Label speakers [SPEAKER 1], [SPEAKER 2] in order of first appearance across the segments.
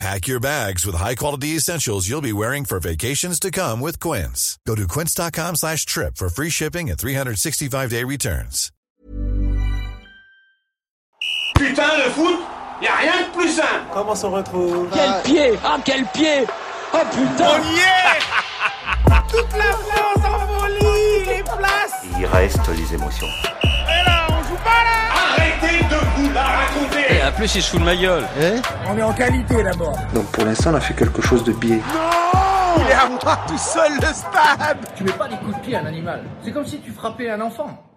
[SPEAKER 1] Pack your bags with high-quality essentials you'll be wearing for vacations to come with Quince. Go to quince.com slash trip for free shipping and 365-day returns.
[SPEAKER 2] Putain, le foot, y a rien de plus simple.
[SPEAKER 3] Comment s'en retrouve
[SPEAKER 4] Quel pied Ah, quel pied Oh putain
[SPEAKER 2] Toute la France envolie, les places.
[SPEAKER 5] Il reste les émotions.
[SPEAKER 2] Arrêtez de vous la raconter.
[SPEAKER 4] En plus, il se fout de ma gueule.
[SPEAKER 6] Donc pour l'instant, on a fait quelque chose de biais.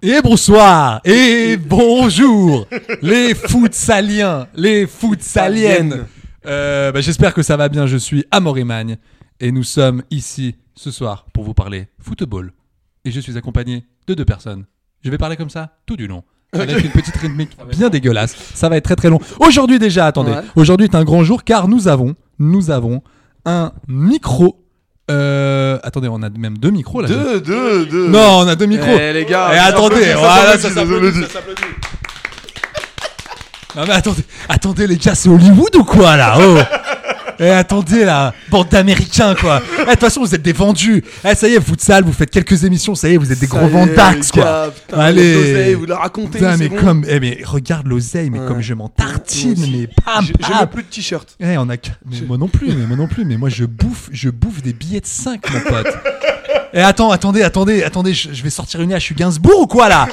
[SPEAKER 7] Et bonsoir et bonjour les footsaliens, les footsaliennes. Euh, bah, J'espère que ça va bien. Je suis Amorimagne et nous sommes ici ce soir pour vous parler football. Et je suis accompagné de deux personnes. Je vais parler comme ça tout du long. Avec une petite rythmique bien dégueulasse. Ça va être très très long. Aujourd'hui déjà, attendez. Aujourd'hui est un grand jour car nous avons, nous avons un micro. Euh, attendez, on a même deux micros là.
[SPEAKER 8] Deux, deux, deux.
[SPEAKER 7] Non, on a deux micros.
[SPEAKER 8] Eh, les gars.
[SPEAKER 7] Et
[SPEAKER 8] ça
[SPEAKER 7] attendez,
[SPEAKER 8] s'applaudit, ça
[SPEAKER 7] voilà, ça
[SPEAKER 8] s'applaudit,
[SPEAKER 7] s'applaudit.
[SPEAKER 8] ça s'applaudit.
[SPEAKER 7] Non mais attendez, attendez les gars, c'est Hollywood ou quoi là oh Eh attendez là, bande d'américains quoi Eh, De toute façon vous êtes des vendus Eh ça y est, futsal, vous faites quelques émissions, ça y est, vous êtes des
[SPEAKER 8] Ça
[SPEAKER 7] gros
[SPEAKER 8] y est,
[SPEAKER 7] vendax
[SPEAKER 8] les
[SPEAKER 7] quoi
[SPEAKER 8] gars, putain,
[SPEAKER 7] Allez
[SPEAKER 8] l'oseille, vous la racontez,
[SPEAKER 7] Putain,
[SPEAKER 8] mais
[SPEAKER 7] mais
[SPEAKER 8] c'est bon.
[SPEAKER 7] comme, eh, mais regarde l'oseille, mais comme je m'en tartine, mais pam
[SPEAKER 8] J'ai- J'ai
[SPEAKER 7] pam
[SPEAKER 8] même plus de t-shirt.
[SPEAKER 7] Eh on a... qu'à- mais moi non plus, mais moi non plus, mais moi je bouffe, je bouffe des billets de 5 mon pote Eh attends, attendez, attendez, attendez, je, je vais sortir une hache, je suis Gainsbourg ou quoi là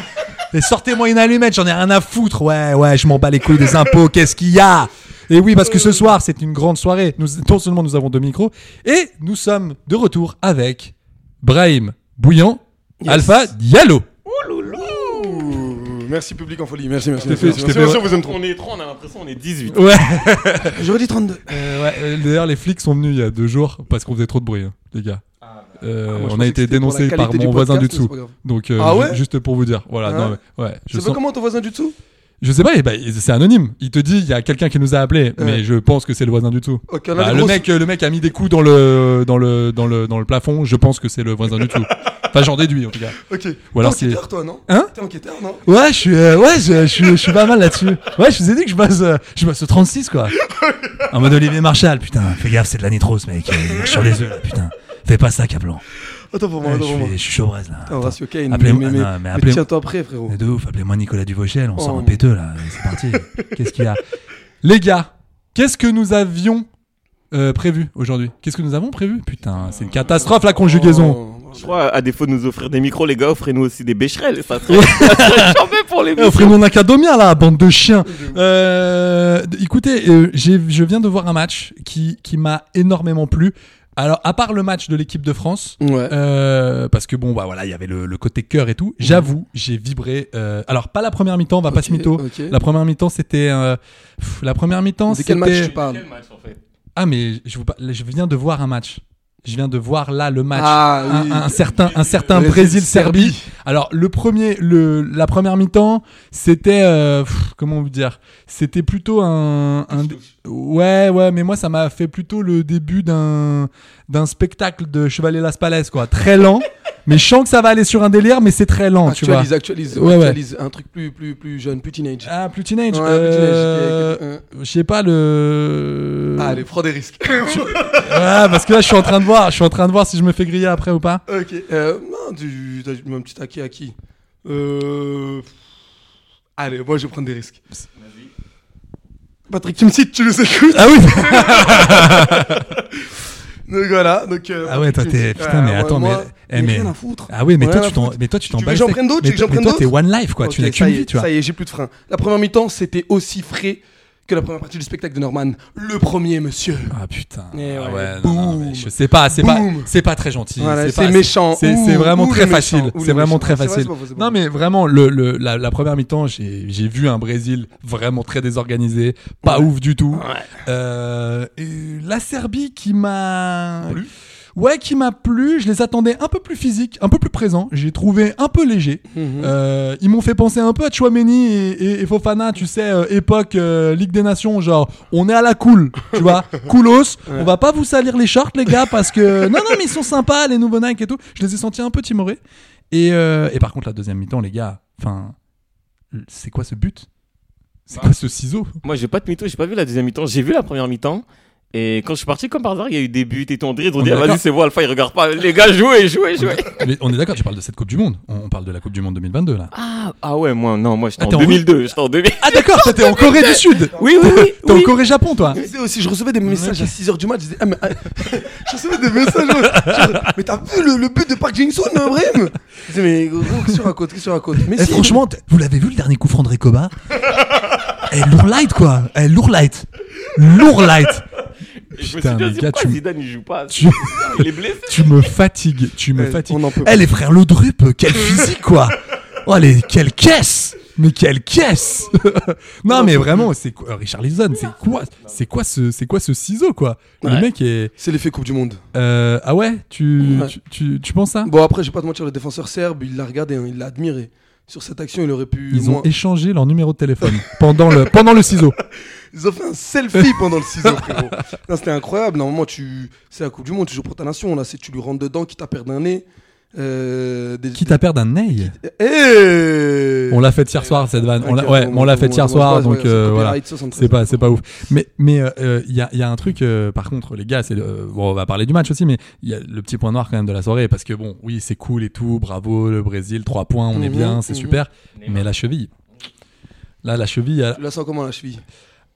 [SPEAKER 7] Et sortez-moi une allumette, j'en ai rien à foutre. Ouais, ouais, je m'en bats les couilles des impôts, qu'est-ce qu'il y a Et oui, parce que ce soir, c'est une grande soirée. Nous, non seulement nous avons deux micros, et nous sommes de retour avec Brahim Bouillant, Alpha Diallo.
[SPEAKER 8] Ouh, Merci public en folie, merci, merci.
[SPEAKER 7] t'ai
[SPEAKER 8] merci,
[SPEAKER 7] fait-
[SPEAKER 8] merci,
[SPEAKER 7] je t'ai
[SPEAKER 8] merci,
[SPEAKER 7] fait-
[SPEAKER 8] merci, on vous aime trop.
[SPEAKER 9] On est trois, on a l'impression on est 18.
[SPEAKER 7] Ouais.
[SPEAKER 8] J'aurais dit 32.
[SPEAKER 7] Euh, ouais, euh, D'ailleurs, les flics sont venus il y a deux jours parce qu'on faisait trop de bruit, hein, les gars. Euh,
[SPEAKER 8] Ah, moi, je
[SPEAKER 7] on
[SPEAKER 8] pensais
[SPEAKER 7] a
[SPEAKER 8] que
[SPEAKER 7] été
[SPEAKER 8] c'était pour la
[SPEAKER 7] dénoncé par
[SPEAKER 8] qualité du
[SPEAKER 7] mon voisin du
[SPEAKER 8] podcast, mais
[SPEAKER 7] dessous.
[SPEAKER 8] c'est pas grave.
[SPEAKER 7] Donc, euh,
[SPEAKER 8] Ah
[SPEAKER 7] ju-
[SPEAKER 8] ouais
[SPEAKER 7] juste pour vous dire, voilà.
[SPEAKER 8] Ah
[SPEAKER 7] non,
[SPEAKER 8] ouais.
[SPEAKER 7] mais- ouais, je
[SPEAKER 8] C'est
[SPEAKER 7] sens-
[SPEAKER 8] pas comment ton voisin du dessous
[SPEAKER 7] Je sais pas, eh ben, c'est anonyme. Il te dit, il y a quelqu'un qui nous a appelé, mais
[SPEAKER 8] Ouais.
[SPEAKER 7] je pense que c'est le voisin du tout.
[SPEAKER 8] Ok, on a
[SPEAKER 7] Bah,
[SPEAKER 8] des
[SPEAKER 7] le
[SPEAKER 8] grosses-
[SPEAKER 7] mec, le mec a mis des coups dans le dans le dans le dans le plafond. Je pense que c'est le voisin du tout. Enfin, j'en déduis en tout cas.
[SPEAKER 8] Ok.
[SPEAKER 7] Ou alors
[SPEAKER 8] T'es
[SPEAKER 7] c'est
[SPEAKER 8] enquêteur, toi, non
[SPEAKER 7] Hein
[SPEAKER 8] T'es enquêteur, non
[SPEAKER 7] ouais, je suis euh, ouais, je, je suis je suis pas mal là-dessus. Ouais, je vous ai dit que je bosse euh, je bosse au 36 quoi. En mode Olivier Marshall, putain, fais gaffe, c'est de la nitrose mec, Euh, il marche sur les œufs là, putain. Fais pas ça, Caplan.
[SPEAKER 8] Attends pour moi,
[SPEAKER 7] Ouais, je
[SPEAKER 8] attends pour moi. Ah,
[SPEAKER 7] suis je suis chaud braise, là.
[SPEAKER 8] Attends, ratio Kane.
[SPEAKER 7] Appelez-moi- Euh,
[SPEAKER 8] mais- mais-
[SPEAKER 7] non, mais
[SPEAKER 8] mais
[SPEAKER 7] appelez-
[SPEAKER 8] Tiens-toi après, frérot.
[SPEAKER 7] Mais de ouf, appelez-moi Nicolas Duvauchel, on sort
[SPEAKER 8] Oh.
[SPEAKER 7] un péteux là, c'est parti. qu'est-ce qu'il y a Les gars, qu'est-ce que nous avions euh, prévu aujourd'hui Qu'est-ce que nous avons prévu Putain, c'est une catastrophe la conjugaison.
[SPEAKER 8] Oh.
[SPEAKER 9] Je crois, à défaut de nous offrir des micros, les gars, offrez-nous aussi des bécherelles. Ça serait, ça serait chambé pour les
[SPEAKER 7] Eh,
[SPEAKER 9] micros.
[SPEAKER 7] Offrez-nous un académien là, bande de chiens. Euh, écoutez, euh, j'ai- je viens de voir un match qui, qui m'a énormément plu. Alors, à part le match de l'équipe de France,
[SPEAKER 8] Ouais.
[SPEAKER 7] Euh, parce que bon bah voilà il y avait le, le côté cœur et tout j'avoue j'ai vibré euh, alors pas la première mi-temps on va pas
[SPEAKER 8] Ok,
[SPEAKER 7] se mytho
[SPEAKER 8] ok.
[SPEAKER 7] la première mi-temps c'était euh, pff, la première mi-temps
[SPEAKER 8] De
[SPEAKER 7] c'était
[SPEAKER 8] quel match tu parles
[SPEAKER 9] match en fait
[SPEAKER 7] ah mais je, vous par- je viens de voir un match je viens de voir là le match
[SPEAKER 8] Ah,
[SPEAKER 7] un,
[SPEAKER 8] oui.
[SPEAKER 7] un certain un certain
[SPEAKER 8] Brésil,
[SPEAKER 7] Brésil Serbie
[SPEAKER 8] Serbie.
[SPEAKER 7] alors le premier le la première mi-temps c'était euh, pff, comment vous dire c'était plutôt un, un ouais ouais mais moi ça m'a fait plutôt le début d'un d'un spectacle de Chevalier Las Palais quoi très lent mais je sens que ça va aller sur un délire mais c'est très lent tu vois
[SPEAKER 8] Actualise, actualise,
[SPEAKER 7] Ouais, ouais.
[SPEAKER 8] actualise. Un truc plus, plus, plus jeune, plus teenage.
[SPEAKER 7] ah plus teenage
[SPEAKER 8] Ouais,
[SPEAKER 7] euh,
[SPEAKER 8] plus teenage, ok, ok,
[SPEAKER 7] je sais pas le
[SPEAKER 8] ok. Ah, les prends des risques.
[SPEAKER 7] Ouais, parce que là, je suis en train de voir. Je suis en train de voir si je me fais griller après ou pas.
[SPEAKER 8] Ok. Euh, non, tu as un petit taquet à qui Euh. Allez, moi je vais prendre des risques. Patrick, tu me cites, tu nous écoutes
[SPEAKER 7] Ah oui.
[SPEAKER 8] Donc voilà, donc. euh,
[SPEAKER 7] Ah ouais, toi
[SPEAKER 8] Patrick, tu me
[SPEAKER 7] t'es.
[SPEAKER 8] cites.
[SPEAKER 7] Putain, mais
[SPEAKER 8] Ouais,
[SPEAKER 7] attends, mais.
[SPEAKER 8] moi,
[SPEAKER 7] eh,
[SPEAKER 8] j'ai
[SPEAKER 7] mais-
[SPEAKER 8] rien à foutre.
[SPEAKER 7] Ah oui, mais
[SPEAKER 8] Rien
[SPEAKER 7] toi
[SPEAKER 8] à
[SPEAKER 7] tu t'en.
[SPEAKER 8] foutre.
[SPEAKER 7] Mais toi tu t'en
[SPEAKER 8] Tu veux
[SPEAKER 7] bats
[SPEAKER 8] que
[SPEAKER 7] les
[SPEAKER 8] j'en
[SPEAKER 7] steaks.
[SPEAKER 8] prenne d'autres Tu
[SPEAKER 7] Mais,
[SPEAKER 8] veux que j'en
[SPEAKER 7] mais
[SPEAKER 8] prenne
[SPEAKER 7] toi t'es
[SPEAKER 8] d'autres
[SPEAKER 7] one life quoi. tu
[SPEAKER 8] Ok,
[SPEAKER 7] n'as
[SPEAKER 8] ça
[SPEAKER 7] qu'une
[SPEAKER 8] y est,
[SPEAKER 7] vie, tu vois.
[SPEAKER 8] Ça y est, j'ai plus de frein. La première mi-temps, c'était aussi frais que la première partie du spectacle de Norman. Le premier, monsieur.
[SPEAKER 7] Ah putain.
[SPEAKER 8] Eh
[SPEAKER 7] Ah
[SPEAKER 8] ouais,
[SPEAKER 7] ouais, non, non,
[SPEAKER 8] boum.
[SPEAKER 7] mais je sais pas, c'est pas,
[SPEAKER 8] Boum.
[SPEAKER 7] c'est pas très gentil.
[SPEAKER 8] Voilà,
[SPEAKER 7] pas-
[SPEAKER 8] c'est méchant.
[SPEAKER 7] C'est c'est
[SPEAKER 8] Ouh,
[SPEAKER 7] vraiment
[SPEAKER 8] ouh,
[SPEAKER 7] très
[SPEAKER 8] les méchants,
[SPEAKER 7] facile.
[SPEAKER 8] ouh, les
[SPEAKER 7] C'est vraiment
[SPEAKER 8] méchants.
[SPEAKER 7] très
[SPEAKER 8] C'est vrai,
[SPEAKER 7] facile.
[SPEAKER 8] c'est pas possible.
[SPEAKER 7] Non mais vraiment, le, le- la, la première mi-temps, j'ai j'ai vu un Brésil vraiment très désorganisé, pas ouf du tout. Euh, et la Serbie qui m'a. ouais, qui m'a plu. Je les attendais un peu plus physiques, un peu plus présents. J'ai trouvé un peu léger.
[SPEAKER 8] Mhm.
[SPEAKER 7] Euh, ils m'ont fait penser un peu à Chouameni et, et- et Fofana, tu sais, euh, époque euh, Ligue des Nations, genre on est à la cool, tu vois, coolos. On va pas vous salir les shorts, les gars, parce que non, non, mais ils sont sympas, les nouveaux Nike et tout. Je les ai sentis un peu timorés. Et, euh, et par contre, la deuxième mi-temps, les gars, enfin, c'est quoi ce but C'est quoi ce ciseau
[SPEAKER 9] Moi, j'ai pas de mytho, j'ai pas vu la deuxième mi-temps. J'ai vu la première mi-temps. Et quand je suis parti, comme par hasard, il y a eu des buts et tout. On dirait, ils ont
[SPEAKER 7] On
[SPEAKER 9] dit,
[SPEAKER 7] est
[SPEAKER 9] ah, vas-y,
[SPEAKER 7] d'accord.
[SPEAKER 9] c'est bon, Alpha, il regarde pas. Les gars, jouez, jouez, jouez.
[SPEAKER 7] Mais on est d'accord, tu parles de cette Coupe du Monde. On on parle de la Coupe du Monde 2022 là.
[SPEAKER 9] Ah, ah ouais, moi, non, moi, j'étais en
[SPEAKER 7] Attends,
[SPEAKER 9] 2002. J'étais en 2000.
[SPEAKER 7] Ah d'accord, toi, t'es en Corée du Sud.
[SPEAKER 9] Oui, oui, oui.
[SPEAKER 7] T'es en
[SPEAKER 9] oui.
[SPEAKER 7] Corée-Japon toi.
[SPEAKER 8] Mais c'est aussi, je recevais des messages à 6h du match, je disais, ah, mais, ah, je recevais des messages, genre, genre, mais t'as vu le, le but de Park Jing-soon, hein, Brahim Je disais, mais gros, qu'est-ce sur un côté, qu'est-ce sur un côté Mais
[SPEAKER 7] Eh,
[SPEAKER 8] si,
[SPEAKER 7] franchement, t- vous l'avez vu le dernier coup franc de Recoba Elle lourd light quoi. Elle lourd light. Lourd light.
[SPEAKER 9] Je me
[SPEAKER 7] Putain,
[SPEAKER 9] suis
[SPEAKER 7] mais
[SPEAKER 9] dit,
[SPEAKER 7] gars,
[SPEAKER 9] pourquoi
[SPEAKER 7] tu-
[SPEAKER 9] Zidane, il joue pas
[SPEAKER 7] Tu,
[SPEAKER 9] Il est blessé.
[SPEAKER 7] tu me fatigues. Tu me
[SPEAKER 8] Ouais,
[SPEAKER 7] fatigues.
[SPEAKER 8] on en peut
[SPEAKER 7] Eh les frères Le Drup, quelle physique quoi. Oh les quelle caisse. Mais quelle caisse Non mais vraiment, c'est quoi euh, Richard Lisson, c'est quoi C'est quoi ce c'est quoi ce ciseau quoi Le
[SPEAKER 9] Ouais.
[SPEAKER 7] mec est
[SPEAKER 8] c'est l'effet Coupe du Monde.
[SPEAKER 7] Euh, ah ouais tu,
[SPEAKER 8] Ouais. Bah,
[SPEAKER 7] tu, tu, tu penses ça
[SPEAKER 8] Bon, après, je vais pas te mentir, le défenseur serbe, il l'a regardé, hein, il l'a admiré. Sur cette action, il aurait pu.
[SPEAKER 7] Ils
[SPEAKER 8] moins-
[SPEAKER 7] ont échangé leur numéro de téléphone pendant le, pendant le ciseau.
[SPEAKER 8] Ils ont fait un selfie pendant le ciseau, frérot. Non, c'était incroyable. Normalement, tu... c'est la Coupe du Monde, tu joues pour ta nation. Là, c'est tu lui rentres dedans, quitte à perdre un nez. Euh, des...
[SPEAKER 7] Quitte à perdre un nail.
[SPEAKER 8] Eh
[SPEAKER 7] On l'a fait hier soir cette vanne. On l'a-
[SPEAKER 8] Ok,
[SPEAKER 7] ouais,
[SPEAKER 8] bon,
[SPEAKER 7] on l'a
[SPEAKER 8] bon,
[SPEAKER 7] fait
[SPEAKER 8] bon,
[SPEAKER 7] hier
[SPEAKER 8] bon,
[SPEAKER 7] soir,
[SPEAKER 8] bon,
[SPEAKER 7] donc
[SPEAKER 8] ouais,
[SPEAKER 7] euh,
[SPEAKER 8] c'est
[SPEAKER 7] voilà.
[SPEAKER 8] copyright 73.
[SPEAKER 7] C'est pas, c'est pas ouf. Mais, mais euh, euh, il y, a, il y a un truc, euh, par contre, les gars, c'est le- bon, on va parler du match aussi, mais il y a le petit point noir quand même de la soirée, parce que bon, oui, c'est cool et tout, bravo, le Brésil, trois points, on est
[SPEAKER 8] Mhm,
[SPEAKER 7] bien, c'est
[SPEAKER 8] mhm.
[SPEAKER 7] super, mais la cheville. Là, la cheville, elle-
[SPEAKER 8] Tu la sens comment la cheville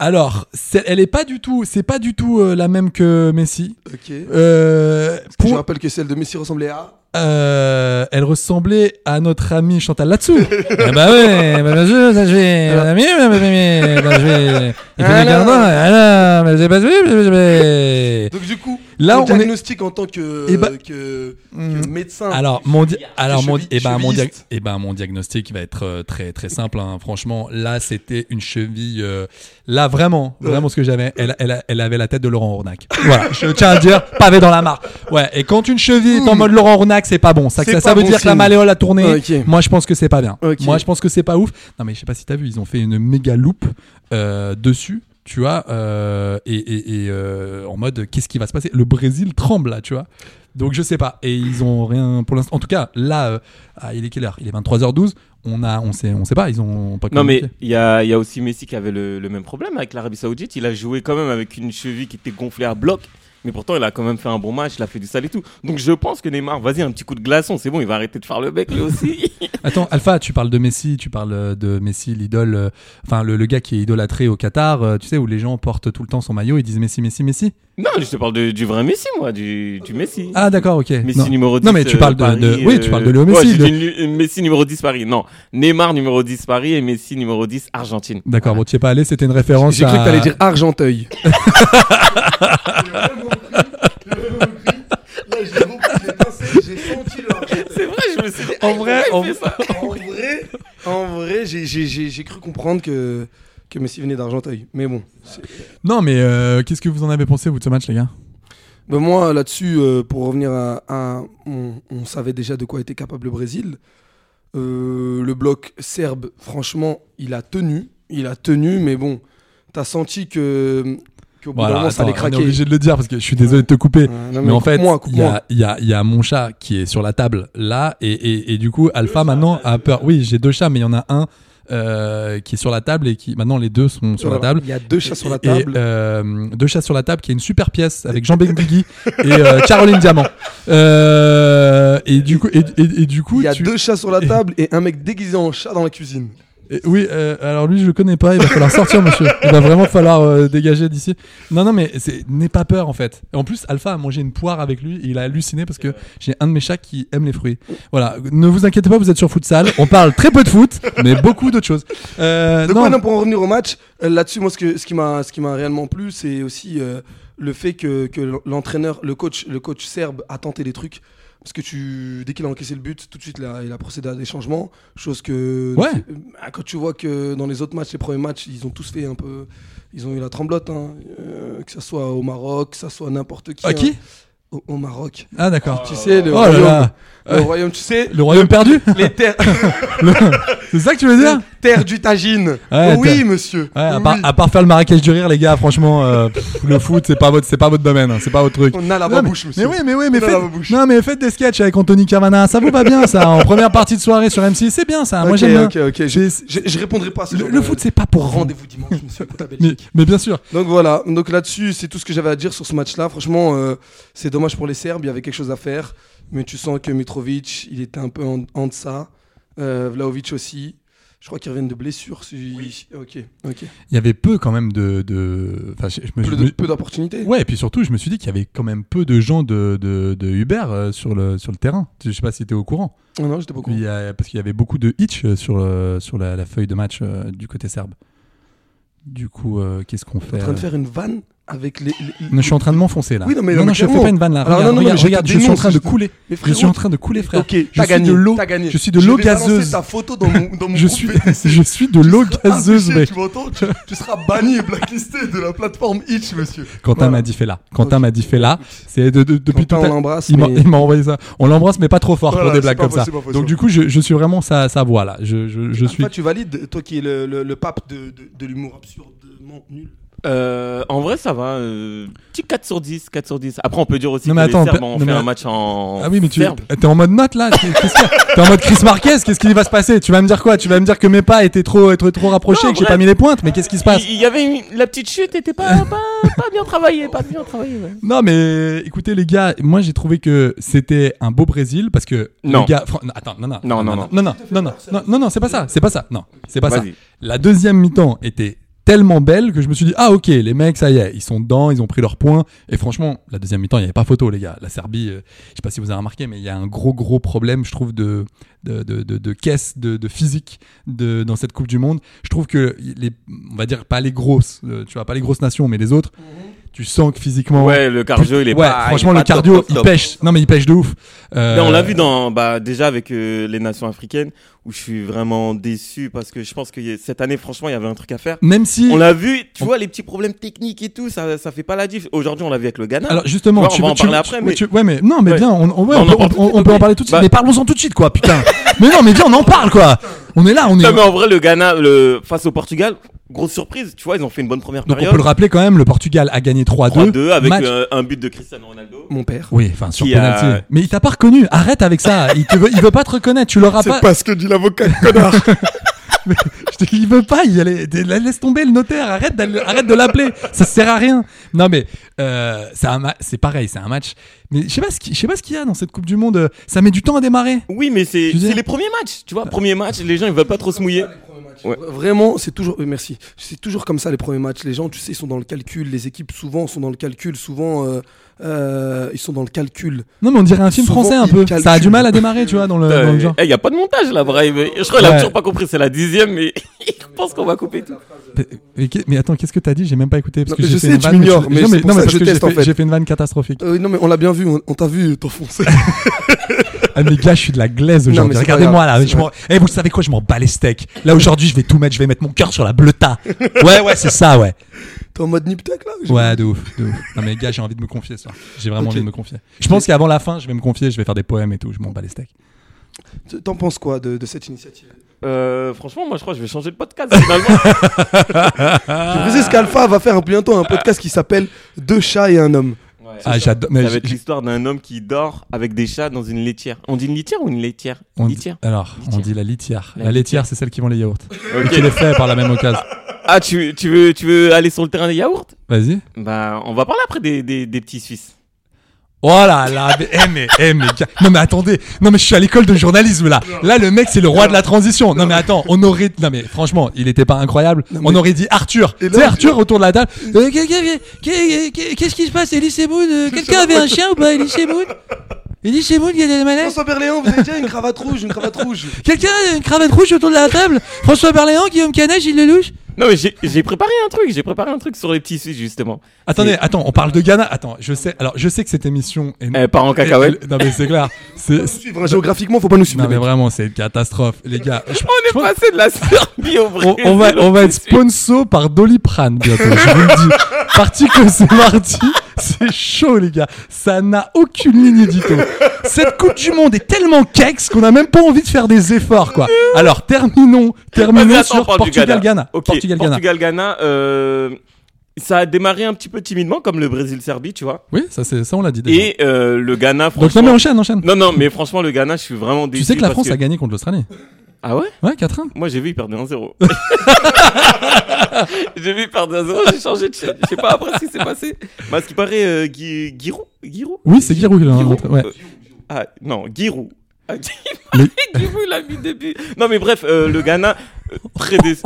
[SPEAKER 7] alors, c'est- elle est pas du tout, c'est pas du tout euh, la même que Messi.
[SPEAKER 8] Ok.
[SPEAKER 7] Euh,
[SPEAKER 8] Je
[SPEAKER 7] pour-
[SPEAKER 8] rappelle que celle de Messi ressemblait à.
[SPEAKER 7] Euh, elle ressemblait à notre amie Chantal Latsou. ah bah ouais, bah bien sûr, ça je vais. Mon amie, bah, bah, bah, bah, je vais. Il faut des
[SPEAKER 8] Alors.
[SPEAKER 7] gardins, alors, bah, j'ai pas vu, bah, bah, bah.
[SPEAKER 8] Donc, du coup,
[SPEAKER 7] Là,
[SPEAKER 8] le
[SPEAKER 7] on est-
[SPEAKER 8] diagnostic en tant que,
[SPEAKER 7] Eh ben-
[SPEAKER 8] que...
[SPEAKER 7] Hmm.
[SPEAKER 8] que médecin.
[SPEAKER 7] Alors mon di- alors mon
[SPEAKER 8] cheville-
[SPEAKER 7] et ben mon dia-
[SPEAKER 8] chevilliste.
[SPEAKER 7] eh ben mon diagnostic va être euh, très très simple hein. franchement là c'était une cheville euh, là vraiment vraiment ce que j'avais elle, elle, a- elle avait la tête de Laurent Ornac voilà je tiens à le dire pavé dans la mare ouais et quand une cheville est en mode Laurent Ornac c'est pas bon ça
[SPEAKER 8] C'est
[SPEAKER 7] ça, ça
[SPEAKER 8] pas
[SPEAKER 7] veut
[SPEAKER 8] bon
[SPEAKER 7] dire que la
[SPEAKER 8] signe.
[SPEAKER 7] malléole a tourné
[SPEAKER 8] Ok.
[SPEAKER 7] moi je pense que c'est pas bien
[SPEAKER 8] Ok.
[SPEAKER 7] moi je pense que c'est pas ouf non mais je sais pas si t'as vu ils ont fait une méga loupe euh, dessus tu vois euh, et, et- et, euh, en mode qu'est-ce qui va se passer le Brésil tremble là tu vois donc je sais pas. Et ils ont rien pour l'instant. En tout cas, là, euh, ah, il est quelle heure Il est 23h12. On a, on sait, on sait pas. Ils ont pas.
[SPEAKER 9] Non, mais
[SPEAKER 7] communiqué.
[SPEAKER 9] il y a, il y a aussi Messi qui avait le, le même problème avec l'Arabie Saoudite. Il a joué quand même avec une cheville qui était gonflée à bloc. Mais pourtant, il a quand même fait un bon match, il a fait du sale et tout. Donc je pense que Neymar, vas-y, un petit coup de glaçon, c'est bon, il va arrêter de faire le bec lui aussi.
[SPEAKER 7] Attends, Alpha, tu parles de Messi, tu parles euh, de Messi, l'idole, euh, enfin le, le gars qui est idolâtré au Qatar, euh, tu sais où les gens portent tout le temps son maillot et disent Messi, Messi, Messi.
[SPEAKER 9] non, je te parle de- du vrai Messi, moi, du, du Messi.
[SPEAKER 7] Ah d'accord, ok.
[SPEAKER 9] Messi
[SPEAKER 7] non.
[SPEAKER 9] numéro 10.
[SPEAKER 7] Non mais tu
[SPEAKER 9] euh,
[SPEAKER 7] parles de,
[SPEAKER 9] Paris,
[SPEAKER 7] de- oui, tu
[SPEAKER 9] euh,
[SPEAKER 7] parles de Léo
[SPEAKER 9] ouais,
[SPEAKER 7] Messi.
[SPEAKER 9] j'ai
[SPEAKER 7] de-
[SPEAKER 9] dit nu- euh, Messi numéro 10 Paris. Non, Neymar numéro 10 Paris et Messi numéro 10 Argentine.
[SPEAKER 7] D'accord, bon, tu y es pas allé, c'était une référence.
[SPEAKER 8] J'ai cru
[SPEAKER 7] à-
[SPEAKER 8] que t'allais dire Argenteuil. J'ai vraiment cru, j'ai vraiment cru. Là, j'ai compris, j'ai pincé, j'ai senti le Argenteuil.
[SPEAKER 9] C'est vrai, je me suis dit,
[SPEAKER 7] En vrai, en-
[SPEAKER 8] En vrai, en vrai, j'ai- j'ai j'ai- j'ai cru comprendre que, que Messi venait d'Argenteuil. Mais bon. c'est-
[SPEAKER 7] Non mais euh, qu'est-ce que vous en avez pensé vous de ce match les gars
[SPEAKER 8] Ben moi, là-dessus, euh, pour revenir à. à- on, on savait déjà de quoi était capable le Brésil. Euh, le bloc serbe, franchement, il a tenu. Il a tenu, mais bon, t'as senti que. Qu'au bout d'un
[SPEAKER 7] Voilà,
[SPEAKER 8] moment, ça
[SPEAKER 7] attends,
[SPEAKER 8] allait
[SPEAKER 7] on est
[SPEAKER 8] craquer.
[SPEAKER 7] obligé de le dire parce que je suis désolé de te couper.
[SPEAKER 8] Ouais,
[SPEAKER 7] mais,
[SPEAKER 8] non, mais
[SPEAKER 7] en fait,
[SPEAKER 8] coupe-moi,
[SPEAKER 7] il y,
[SPEAKER 8] coupe-moi.
[SPEAKER 7] a- il y a- il y a mon chat qui est sur la table là, et, et- et du coup, Alpha maintenant a peur. Oui, j'ai deux chats, mais il y en a un euh, qui est sur la table et qui maintenant les deux sont sur la table.
[SPEAKER 8] Il y a deux chats sur la
[SPEAKER 7] Et,
[SPEAKER 8] table.
[SPEAKER 7] euh, deux chats sur la table qui est une super pièce avec Jean Benguigui et euh, Caroline Diamant. Euh, et du coup, et, et- et du coup,
[SPEAKER 8] il y a
[SPEAKER 7] euh, tu-
[SPEAKER 8] deux chats sur la table et un mec déguisé en chat dans la cuisine.
[SPEAKER 7] Et- oui, euh, alors lui, je le connais pas. Il va falloir sortir, monsieur. Il va vraiment falloir euh, dégager d'ici. Non, non, mais c'est- n'aie pas peur, en fait. En plus, Alpha a mangé une poire avec lui. Et il a halluciné parce que j'ai un de mes chats qui aime les fruits. Voilà. Ne vous inquiétez pas, vous êtes sur futsal. On parle très peu de foot, mais beaucoup d'autres choses. Euh,
[SPEAKER 8] Donc
[SPEAKER 7] non,
[SPEAKER 8] ouais, non, pour en revenir au match, euh, là-dessus, moi, ce, que, ce qui m'a ce qui m'a réellement plu, c'est aussi euh, le fait que, que l'entraîneur, le coach, le coach serbe a tenté des trucs. Parce que tu, dès qu'il a encaissé le but, tout de suite, il a, il a procédé à des changements. Chose que.
[SPEAKER 7] Ouais.
[SPEAKER 8] Euh, Quand tu vois que dans les autres matchs, les premiers matchs, ils ont tous fait un peu. Ils ont eu la tremblote, hein, euh, que ça soit au Maroc, que ça soit n'importe qui.
[SPEAKER 7] À Ah, qui
[SPEAKER 8] hein. au, au Maroc.
[SPEAKER 7] Ah, d'accord.
[SPEAKER 8] Tu sais, le
[SPEAKER 7] Oh là
[SPEAKER 8] royaume.
[SPEAKER 7] là.
[SPEAKER 8] Le
[SPEAKER 7] Ouais.
[SPEAKER 8] royaume, tu sais,
[SPEAKER 7] Le royaume perdu
[SPEAKER 8] les terres,
[SPEAKER 7] C'est ça que tu veux dire
[SPEAKER 8] terres du tagine.
[SPEAKER 7] Ouais,
[SPEAKER 8] oui,
[SPEAKER 7] t'as-
[SPEAKER 8] monsieur.
[SPEAKER 7] Ouais, à,
[SPEAKER 8] Oui.
[SPEAKER 7] part, à part faire le Marrakech du rire, les gars, franchement, euh, pff, le foot, c'est pas votre, c'est pas votre domaine, hein, c'est pas votre truc.
[SPEAKER 8] On a
[SPEAKER 7] Non,
[SPEAKER 8] la
[SPEAKER 7] mais-
[SPEAKER 8] babouche,
[SPEAKER 7] mais
[SPEAKER 8] Ah, monsieur. Oh
[SPEAKER 7] oui, mais oui, mais
[SPEAKER 8] Non,
[SPEAKER 7] faites,
[SPEAKER 8] la babouche.
[SPEAKER 7] non, mais faites des sketchs avec Anthony Cavana, ça vous va bien, ça, en première partie de soirée sur M6, c'est bien, ça. Moi,
[SPEAKER 8] Ok,
[SPEAKER 7] j'aime bien.
[SPEAKER 8] ok, ok. Je, je, je répondrai pas à ce
[SPEAKER 7] Le,
[SPEAKER 8] genre
[SPEAKER 7] le
[SPEAKER 8] de-
[SPEAKER 7] foot, c'est pas pour rendre.
[SPEAKER 8] Rendez-vous dimanche, monsieur, pour la Belgique.
[SPEAKER 7] Mais, mais bien sûr.
[SPEAKER 8] Donc voilà, donc là-dessus, c'est tout ce que j'avais à dire sur ce match-là. Franchement, euh, c'est dommage pour les Serbes, il y avait quelque chose à faire. Mais tu sens que Mitrovic, il était un peu en, en deçà. Euh, Vlahovic aussi. Je crois qu'ils reviennent de blessure. si- Ok, ok.
[SPEAKER 7] Il y avait peu quand même de, de... enfin, je, je me-
[SPEAKER 8] Peu,
[SPEAKER 7] je
[SPEAKER 8] de-
[SPEAKER 7] me-
[SPEAKER 8] peu d'opportunités.
[SPEAKER 7] Ouais, et puis surtout, je me suis dit qu'il y avait quand même peu de gens de, de, de Uber euh, sur, le, sur le terrain. Je sais pas si t'es au courant.
[SPEAKER 8] Non, Ah non, j'étais pas au courant.
[SPEAKER 7] Il y a- parce qu'il y avait beaucoup de hitch euh, sur, le- sur la, la feuille de match euh, du côté serbe. Du coup, euh, qu'est-ce qu'on fait
[SPEAKER 8] T'es en train de
[SPEAKER 7] euh
[SPEAKER 8] faire une vanne avec les. les- les-
[SPEAKER 7] Non, Je suis en train de m'enfoncer là.
[SPEAKER 8] Oui, non, mais-
[SPEAKER 7] non,
[SPEAKER 8] non, mais
[SPEAKER 7] je fais
[SPEAKER 8] clairement.
[SPEAKER 7] pas une vanne là.
[SPEAKER 8] Alors,
[SPEAKER 7] regarde,
[SPEAKER 8] non, non, mais
[SPEAKER 7] regarde,
[SPEAKER 8] je te
[SPEAKER 7] regarde, je suis en
[SPEAKER 8] dénonce,
[SPEAKER 7] train de
[SPEAKER 8] je-
[SPEAKER 7] couler.
[SPEAKER 8] Mais
[SPEAKER 7] Je
[SPEAKER 8] frérot,
[SPEAKER 7] suis en train de couler, frère.
[SPEAKER 8] Ok,
[SPEAKER 7] je
[SPEAKER 8] t'as
[SPEAKER 7] suis
[SPEAKER 8] gagné,
[SPEAKER 7] de l'eau.
[SPEAKER 8] t'as gagné.
[SPEAKER 7] Je suis de
[SPEAKER 8] Je
[SPEAKER 7] l'eau
[SPEAKER 8] vais balancer
[SPEAKER 7] gazeuse.
[SPEAKER 8] ta photo dans mon, dans mon
[SPEAKER 7] Je
[SPEAKER 8] groupe
[SPEAKER 7] suis,
[SPEAKER 8] BTC.
[SPEAKER 7] je suis de l'eau
[SPEAKER 8] seras
[SPEAKER 7] gazeuse,
[SPEAKER 8] affiché,
[SPEAKER 7] mec.
[SPEAKER 8] Tu m'entends tu, tu seras banni et blacklisté de la plateforme Itch, monsieur.
[SPEAKER 7] Quentin
[SPEAKER 8] Voilà.
[SPEAKER 7] m'a dit fais là. Quentin
[SPEAKER 8] Ok.
[SPEAKER 7] m'a dit fais là. C'est de- de- depuis
[SPEAKER 8] Quentin,
[SPEAKER 7] tout à
[SPEAKER 8] on l'embrasse,
[SPEAKER 7] Il m'a-
[SPEAKER 8] mais-
[SPEAKER 7] il m'a envoyé ça. On l'embrasse, mais pas trop fort
[SPEAKER 8] Voilà,
[SPEAKER 7] pour des
[SPEAKER 8] c'est
[SPEAKER 7] blagues
[SPEAKER 8] pas
[SPEAKER 7] comme
[SPEAKER 8] possible,
[SPEAKER 7] ça.
[SPEAKER 8] pas
[SPEAKER 7] Donc
[SPEAKER 8] possible.
[SPEAKER 7] du coup, je, je suis vraiment sa, sa voix là. Je, je, je suis.
[SPEAKER 8] Toi, tu valides, toi qui es le, le, le pape de, de, de l'humour absurdement nul.
[SPEAKER 9] Euh, en vrai, ça va. euh, petit 4 sur 10, 4 sur 10. Après, on peut dire aussi
[SPEAKER 7] Non,
[SPEAKER 9] que
[SPEAKER 7] mais attends,
[SPEAKER 9] les Serbes
[SPEAKER 7] pe-
[SPEAKER 9] ont
[SPEAKER 7] non,
[SPEAKER 9] fait
[SPEAKER 7] mais-
[SPEAKER 9] un match en.
[SPEAKER 7] Ah oui, mais tu
[SPEAKER 9] Serbe.
[SPEAKER 7] t'es en mode note là. Qu'est- qu'est-ce qu'il y a T'es en mode Chris Marquez. Qu'est-ce qu'il va se passer Tu vas me dire quoi Tu vas me dire que mes pas étaient trop, étaient trop rapprochés,
[SPEAKER 9] Non,
[SPEAKER 7] et que j'ai
[SPEAKER 9] bref.
[SPEAKER 7] pas mis les pointes. Mais qu'est-ce qui se passe
[SPEAKER 9] Il il y avait une- la petite chute, était pas, pas, pas bien travaillée, pas bien travaillée. ouais.
[SPEAKER 7] Non, mais écoutez les gars, moi j'ai trouvé que c'était un beau Brésil parce que
[SPEAKER 9] Non.
[SPEAKER 7] les gars, fran- non, attends, non, non,
[SPEAKER 9] Non, non,
[SPEAKER 7] non, non, non, non, non, non, non, c'est pas ça, c'est pas ça, non, c'est pas ça.
[SPEAKER 9] Vas-y.
[SPEAKER 7] La deuxième mi-temps était tellement belle que je me suis dit ah ok les mecs ça y est ils sont dedans ils ont pris leurs points et franchement la deuxième mi-temps il n'y avait pas photo les gars la Serbie euh, je sais pas si vous avez remarqué mais il y a un gros gros problème je trouve de de, de, de, de caisse de, de physique de, dans cette coupe du monde je trouve que les on va dire pas les grosses euh, tu vois pas les grosses nations mais les autres tu sens que physiquement
[SPEAKER 9] Ouais, le cardio, il est
[SPEAKER 7] ouais,
[SPEAKER 9] pas.
[SPEAKER 7] franchement,
[SPEAKER 9] il est
[SPEAKER 7] le
[SPEAKER 9] pas top,
[SPEAKER 7] cardio,
[SPEAKER 9] top, top.
[SPEAKER 7] il pêche. Non, mais il pêche de ouf. Euh,
[SPEAKER 9] Mais Ben, on l'a vu dans, bah, déjà avec euh, les nations africaines, où je suis vraiment déçu parce que je pense que y- cette année, franchement, il y avait un truc à faire.
[SPEAKER 7] Même si.
[SPEAKER 9] On l'a vu, tu
[SPEAKER 7] On-
[SPEAKER 9] vois, les petits problèmes techniques et tout, ça, ça fait pas la diff. Aujourd'hui, on l'a vu avec le Ghana.
[SPEAKER 7] Alors justement,
[SPEAKER 9] Ouais, on
[SPEAKER 7] tu
[SPEAKER 9] va
[SPEAKER 7] veux-
[SPEAKER 9] en
[SPEAKER 7] tu veux-
[SPEAKER 9] parler après,
[SPEAKER 7] tu-
[SPEAKER 9] mais-
[SPEAKER 7] tu- ouais, mais non, mais
[SPEAKER 9] Ouais.
[SPEAKER 7] viens, on, on- ouais,
[SPEAKER 9] Bah,
[SPEAKER 7] on
[SPEAKER 9] on
[SPEAKER 7] peut,
[SPEAKER 9] en parle
[SPEAKER 7] on-
[SPEAKER 9] tout de
[SPEAKER 7] on peut en
[SPEAKER 9] suite,
[SPEAKER 7] parler tout de suite.
[SPEAKER 9] bah-
[SPEAKER 7] Mais parlons-en tout de suite, quoi, putain. mais non, mais viens, on en parle, quoi. On est là, on est.
[SPEAKER 9] Non, mais en vrai, le Ghana, le, face au Portugal, grosse surprise, tu vois, ils ont fait une bonne première
[SPEAKER 7] Donc on
[SPEAKER 9] période.
[SPEAKER 7] peut le rappeler quand même, le Portugal a gagné 3-2.
[SPEAKER 9] 3-2 avec
[SPEAKER 7] Match-
[SPEAKER 9] euh, un but de Cristiano Ronaldo.
[SPEAKER 8] Mon père.
[SPEAKER 7] Oui, enfin sur
[SPEAKER 9] qui a-
[SPEAKER 7] penalty. Mais il t'a pas reconnu. Arrête avec ça. Il te veut, il veut pas te reconnaître. Tu l'auras pas.
[SPEAKER 8] parce que dit l'avocat, connard.
[SPEAKER 7] Je te- Il veut pas, il allait, laisse tomber le notaire, arrête, d'aller- arrête de l'appeler, ça sert à rien. Non mais euh, c'est un ma- c'est pareil, c'est un match. Mais je sais pas ce qui- je sais pas ce qu'il y a dans cette Coupe du Monde, euh, ça met du temps à démarrer.
[SPEAKER 9] Oui, mais c'est
[SPEAKER 7] Je veux dire-
[SPEAKER 9] c'est les premiers matchs, tu vois.
[SPEAKER 7] Euh.
[SPEAKER 9] Premier match, les gens ils veulent pas trop se mouiller. Ouais.
[SPEAKER 8] Vraiment, c'est toujours. euh, Merci. C'est toujours comme ça les premiers matchs. Les gens, tu sais, ils sont dans le calcul. Les équipes, souvent, sont dans le calcul. Souvent, euh, euh, ils sont dans le calcul.
[SPEAKER 7] Non mais on dirait un film
[SPEAKER 8] Souvent,
[SPEAKER 7] français un
[SPEAKER 8] il
[SPEAKER 7] peu,
[SPEAKER 8] calcule.
[SPEAKER 7] ça a du mal à démarrer, tu vois, dans le, dans le genre.
[SPEAKER 9] Eh, Il y a pas de montage là, bref. Je crois qu'il a
[SPEAKER 7] Euh, Ouais.
[SPEAKER 9] toujours pas compris, c'est la dixième, mais je pense qu'on va couper tout.
[SPEAKER 7] Mais, qu'est- mais attends, qu'est-ce que t'as dit J'ai même pas écouté parce
[SPEAKER 8] Non,
[SPEAKER 7] que
[SPEAKER 8] mais
[SPEAKER 7] j'ai
[SPEAKER 8] je
[SPEAKER 7] fait
[SPEAKER 8] sais,
[SPEAKER 7] une
[SPEAKER 8] tu
[SPEAKER 7] vanne. mais tu-
[SPEAKER 8] m'ignores, mais
[SPEAKER 7] non,
[SPEAKER 8] c'est
[SPEAKER 7] mais,
[SPEAKER 8] pour
[SPEAKER 7] non,
[SPEAKER 8] ça
[SPEAKER 7] mais
[SPEAKER 8] que
[SPEAKER 7] parce
[SPEAKER 8] je
[SPEAKER 7] que j'ai
[SPEAKER 8] teste, en
[SPEAKER 7] fait,
[SPEAKER 8] fait.
[SPEAKER 7] j'ai fait une vanne catastrophique.
[SPEAKER 8] Euh, non, mais on l'a bien vu. On, on t'a vu t'enfoncer.
[SPEAKER 7] Ah mais gars, je suis de la glaise
[SPEAKER 8] mais
[SPEAKER 7] aujourd'hui.
[SPEAKER 8] c'est pas
[SPEAKER 7] Regardez-moi
[SPEAKER 8] grave,
[SPEAKER 7] là,
[SPEAKER 8] c'est
[SPEAKER 7] je m'en- Eh, vous savez quoi Je m'en bats les steaks. Là aujourd'hui, je vais tout mettre, je vais mettre mon cœur sur la bleuta. Ouais ouais, c'est ça ouais.
[SPEAKER 8] T'es en mode niptac là j'ai-
[SPEAKER 7] Ouais, de ouf, de ouf. Non mais gars, j'ai envie de me confier ça. J'ai vraiment
[SPEAKER 8] Ok.
[SPEAKER 7] envie de me confier. Je pense qu'avant la fin, je vais me confier, je vais faire des poèmes et tout, je m'en bats les steaks.
[SPEAKER 8] T'en penses quoi de, de cette initiative
[SPEAKER 9] Euh, franchement, moi je crois que je vais changer de podcast finalement.
[SPEAKER 7] Ah.
[SPEAKER 8] Je précise qu'Alpha va faire bientôt un podcast qui s'appelle Deux chats et un homme.
[SPEAKER 9] Ouais.
[SPEAKER 7] Ah, j'adore mais
[SPEAKER 9] ça va être
[SPEAKER 7] j'ai-
[SPEAKER 9] l'histoire d'un homme qui dort avec des chats dans une laitière. On dit une litière ou une laitière
[SPEAKER 7] on
[SPEAKER 9] Une
[SPEAKER 7] dit-
[SPEAKER 9] Litière.
[SPEAKER 7] alors, on
[SPEAKER 9] Litière.
[SPEAKER 7] dit la litière. La,
[SPEAKER 9] La
[SPEAKER 7] laitière, c'est celle qui vend les yaourts. Et
[SPEAKER 9] Ok.
[SPEAKER 7] qui les fait par la même occasion.
[SPEAKER 9] Ah, tu, tu, veux, tu veux aller sur le terrain des yaourts
[SPEAKER 7] Vas-y.
[SPEAKER 9] Bah, on va parler après des, des, des petits Suisses.
[SPEAKER 7] Oh là là, mais, eh, mais, eh, mais, gars. non mais attendez, non mais je suis à l'école de journalisme là. Là le mec c'est le roi de la transition. Non mais attends, on aurait, non mais franchement, il était pas incroyable. On aurait dit Arthur.
[SPEAKER 8] Et là-
[SPEAKER 7] C'est Arthur autour de la table. Euh, qu'est- qu'est- qu'est- qu'est- Qu'est-ce qui se passe, Elise Moon Euh, Quelqu'un avait un chien ou pas, Elise Moon Elise Moon, il y a des malaises
[SPEAKER 8] François Berléand, vous avez déjà une cravate rouge, une cravate rouge.
[SPEAKER 7] Quelqu'un a une cravate rouge autour de la table François Berléand, Guillaume Canet, Gilles Lelouch
[SPEAKER 9] Non, mais j'ai- j'ai préparé un truc, j'ai préparé un truc sur les petits Suisses justement.
[SPEAKER 7] Attendez,
[SPEAKER 9] C'est-
[SPEAKER 7] attends, on parle de Ghana. Attends, je sais, alors je sais que cette émission est.
[SPEAKER 9] Elle part en Eh, cacahuète.
[SPEAKER 7] est- Non mais c'est clair. C'est-
[SPEAKER 8] Suivre, hein, géographiquement, faut pas nous suivre.
[SPEAKER 7] Non
[SPEAKER 8] les
[SPEAKER 7] mais
[SPEAKER 8] mecs.
[SPEAKER 7] vraiment, c'est une catastrophe, les gars. Je-
[SPEAKER 9] On
[SPEAKER 7] je
[SPEAKER 9] est
[SPEAKER 7] pense-
[SPEAKER 9] passé de la Serbie au
[SPEAKER 7] on,
[SPEAKER 9] Brésil.
[SPEAKER 7] on va, on va
[SPEAKER 9] aux
[SPEAKER 7] être
[SPEAKER 9] Suisses.
[SPEAKER 7] sponsor par Doliprane bientôt, je vous le dis. Parti que c'est mardi, C'est chaud, les gars. Ça n'a aucune ligne édito. Cette Coupe du Monde est tellement kex qu'on n'a même pas envie de faire des efforts, quoi. Alors, terminons, terminons
[SPEAKER 9] Vas-y, attends, on
[SPEAKER 7] sur
[SPEAKER 9] parle du
[SPEAKER 7] Portugal-Ghana.
[SPEAKER 9] Ok,
[SPEAKER 7] Portugal-Ghana.
[SPEAKER 9] Portugal-Ghana, euh, ça a démarré un petit peu timidement, comme le Brésil-Serbie, tu vois.
[SPEAKER 7] Oui, ça, c'est, ça, on l'a dit déjà.
[SPEAKER 9] Et euh, le Ghana,
[SPEAKER 7] Donc, non, mais
[SPEAKER 9] franchement.
[SPEAKER 7] enchaîne, enchaîne.
[SPEAKER 9] non, non, mais franchement, le Ghana, je suis vraiment déçu.
[SPEAKER 7] tu sais que la
[SPEAKER 9] parce
[SPEAKER 7] France a gagné contre l'Australie.
[SPEAKER 9] Ah ouais
[SPEAKER 7] Ouais, 4-1.
[SPEAKER 9] Moi, j'ai vu, il perdait 1-0. j'ai vu, il perdait 1-0, j'ai changé de chaîne. Je sais pas après ce qui s'est passé. Mais à ce qui paraît, euh, Gui- Giroud Giroud
[SPEAKER 7] Oui, c'est Giroud, il a
[SPEAKER 9] Giroud,
[SPEAKER 7] rentré, ouais.
[SPEAKER 9] euh, Ah, non, Giroud. Ah, il
[SPEAKER 7] Le-
[SPEAKER 9] paraît que Giroud, il a mis des buts. Non, mais bref, euh, le Ghana, euh, très déçu.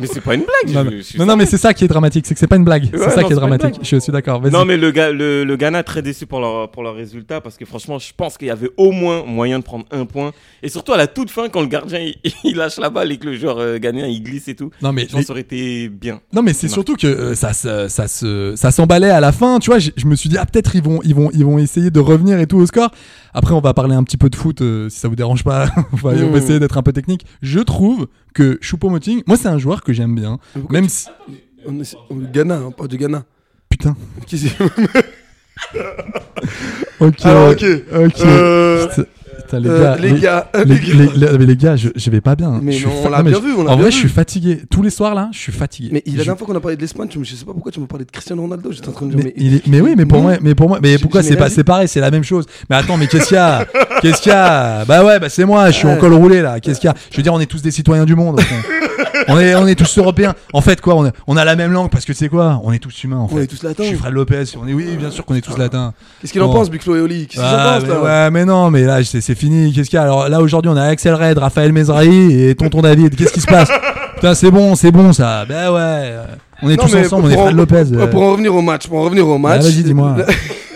[SPEAKER 9] Mais c'est pas une blague.
[SPEAKER 7] Non,
[SPEAKER 9] je-
[SPEAKER 7] mais-
[SPEAKER 9] je suis
[SPEAKER 7] non, non, mais c'est ça qui est dramatique, c'est que c'est pas une blague.
[SPEAKER 9] Ouais,
[SPEAKER 7] c'est ça qui
[SPEAKER 9] non,
[SPEAKER 7] est
[SPEAKER 9] c'est pas une
[SPEAKER 7] dramatique.
[SPEAKER 9] blague.
[SPEAKER 7] Je suis d'accord. Vas-y.
[SPEAKER 9] Non mais le, Ga- le, le Ghana très déçu pour leur, pour leur résultat parce que franchement je pense qu'il y avait au moins moyen de prendre un point et surtout à la toute fin quand le gardien il, il lâche la balle et que le joueur euh, ghanéen il glisse et tout
[SPEAKER 7] Non, mais
[SPEAKER 9] je pense que ça aurait été bien
[SPEAKER 7] Non mais c'est
[SPEAKER 9] Non.
[SPEAKER 7] surtout que euh, ça se- ça se- ça s'emballait à la fin, tu vois, j'ai- je me suis dit ah peut-être ils vont ils vont ils vont essayer de revenir et tout au score. Après on va parler un petit peu de foot euh, si ça vous dérange pas, on va, on va
[SPEAKER 8] Mm.
[SPEAKER 7] essayer d'être un peu technique. Je trouve que Choupo-Moting, moi c'est un joueur que j'aime bien,
[SPEAKER 8] pourquoi
[SPEAKER 7] même si
[SPEAKER 8] On est- on- Ghana, hein, pas du Ghana.
[SPEAKER 7] putain.
[SPEAKER 8] Qu'est-ce que-
[SPEAKER 7] OK.
[SPEAKER 8] Alors, Ah, ok.
[SPEAKER 7] OK.
[SPEAKER 8] Euh,
[SPEAKER 7] Putain, putain, les
[SPEAKER 8] euh,
[SPEAKER 7] gars,
[SPEAKER 8] les
[SPEAKER 7] les-
[SPEAKER 8] gars,
[SPEAKER 7] les-
[SPEAKER 8] les gars.
[SPEAKER 7] les- les- mais les gars, je, je vais pas bien.
[SPEAKER 8] Mais
[SPEAKER 7] Je suis
[SPEAKER 8] non, on l'a
[SPEAKER 7] mais
[SPEAKER 8] bien
[SPEAKER 7] je-
[SPEAKER 8] vu, on l'a
[SPEAKER 7] En
[SPEAKER 8] bien
[SPEAKER 7] vrai,
[SPEAKER 8] vu.
[SPEAKER 7] je suis fatigué. Tous les soirs là, je suis fatigué.
[SPEAKER 8] Mais il- la
[SPEAKER 7] Je-
[SPEAKER 8] dernière fois qu'on a parlé de l'Espagne, tu me- je sais pas pourquoi tu me parlais de Cristiano Ronaldo. J'étais en train de dire,
[SPEAKER 7] Mais,
[SPEAKER 8] mais,
[SPEAKER 7] il est- mais oui, mais pour
[SPEAKER 8] Non.
[SPEAKER 7] moi, mais pour moi, mais
[SPEAKER 8] J'ai-
[SPEAKER 7] pourquoi
[SPEAKER 8] j'ai
[SPEAKER 7] c'est
[SPEAKER 8] rien
[SPEAKER 7] pas,
[SPEAKER 8] dit.
[SPEAKER 7] c'est pareil, c'est la même chose. Mais attends, mais qu'est-ce qu'il y a Qu'est-ce qu'il y a Bah ouais, bah c'est moi, je suis en
[SPEAKER 8] Ouais.
[SPEAKER 7] col roulé là. Qu'est-ce qu'il y a Je veux dire, on est tous des citoyens du monde. au fond. on est, on est tous européens. En fait, quoi, on a, on a la même langue parce que c'est quoi On est tous humains. En fait.
[SPEAKER 8] On est tous latins.
[SPEAKER 7] Je suis Fred Lopez. On est, oui, bien sûr qu'on est tous latins.
[SPEAKER 8] Qu'est-ce qu'il en
[SPEAKER 7] Bon.
[SPEAKER 8] pense, Big Flo et Oli Qu'est-ce qu'ils
[SPEAKER 7] Ah,
[SPEAKER 8] en pensent
[SPEAKER 7] mais,
[SPEAKER 8] là
[SPEAKER 7] ouais, mais non, mais là, c'est c'est fini. Qu'est-ce qu'il y a Alors là, aujourd'hui, on a Axel Red, Raphaël Mesrahi et Tonton David. Qu'est-ce qui se passe Putain, c'est bon, c'est bon ça. Bah ouais, euh, on est
[SPEAKER 8] Non,
[SPEAKER 7] tous
[SPEAKER 8] mais
[SPEAKER 7] ensemble. On est
[SPEAKER 8] pour en-
[SPEAKER 7] Fred Lopez. euh.
[SPEAKER 8] Pour en revenir au match, pour en revenir au
[SPEAKER 7] Ah,
[SPEAKER 8] match.
[SPEAKER 7] Vas-y, dis-moi.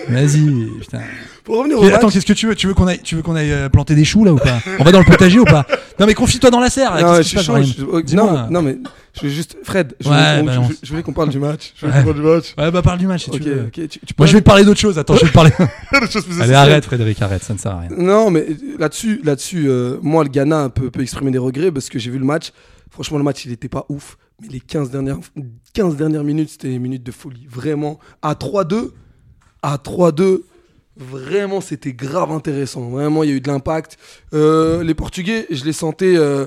[SPEAKER 7] Vas-y, putain.
[SPEAKER 8] Pour revenir au
[SPEAKER 7] Mais
[SPEAKER 8] match.
[SPEAKER 7] attends, qu'est-ce que tu veux Tu veux qu'on aille, tu veux qu'on aille euh, planter des choux là ou pas On va dans le potager ou pas Non mais confie-toi dans la serre. là,
[SPEAKER 8] Non,
[SPEAKER 7] qu'est-ce
[SPEAKER 8] je
[SPEAKER 7] qui se
[SPEAKER 8] suis
[SPEAKER 7] passe,
[SPEAKER 8] chaud.
[SPEAKER 7] Brahim
[SPEAKER 8] je- euh,
[SPEAKER 7] Dis-moi.
[SPEAKER 8] Non, non, mais je veux juste. Fred, je voulais
[SPEAKER 7] Ouais,
[SPEAKER 8] qu'on-
[SPEAKER 7] balance.
[SPEAKER 8] je- je voulais qu'on parle du match. Je
[SPEAKER 7] Ouais.
[SPEAKER 8] voulais qu'on parle du match.
[SPEAKER 7] Ouais, bah parle du match si
[SPEAKER 8] Ok,
[SPEAKER 7] tu veux.
[SPEAKER 8] ok. Tu, tu peux
[SPEAKER 7] Moi je vais
[SPEAKER 8] aller-
[SPEAKER 7] te parler d'autre chose. Attends, je vais te parler.
[SPEAKER 8] des choses plus
[SPEAKER 7] Allez,
[SPEAKER 8] essentielles.
[SPEAKER 7] arrête, Frédéric, arrête, ça ne sert à rien.
[SPEAKER 8] Non, mais là-dessus, là-dessus, euh, moi, le Ghana peut, peut exprimer des regrets parce que j'ai vu le match. Franchement, le match, il n'était pas ouf. Mais les 15 dernières, 15 dernières minutes, c'était des minutes de folie. Vraiment. À 3-2, à 3-2, vraiment, c'était grave intéressant. Vraiment, il y a eu de l'impact. Euh, les Portugais, je les sentais euh,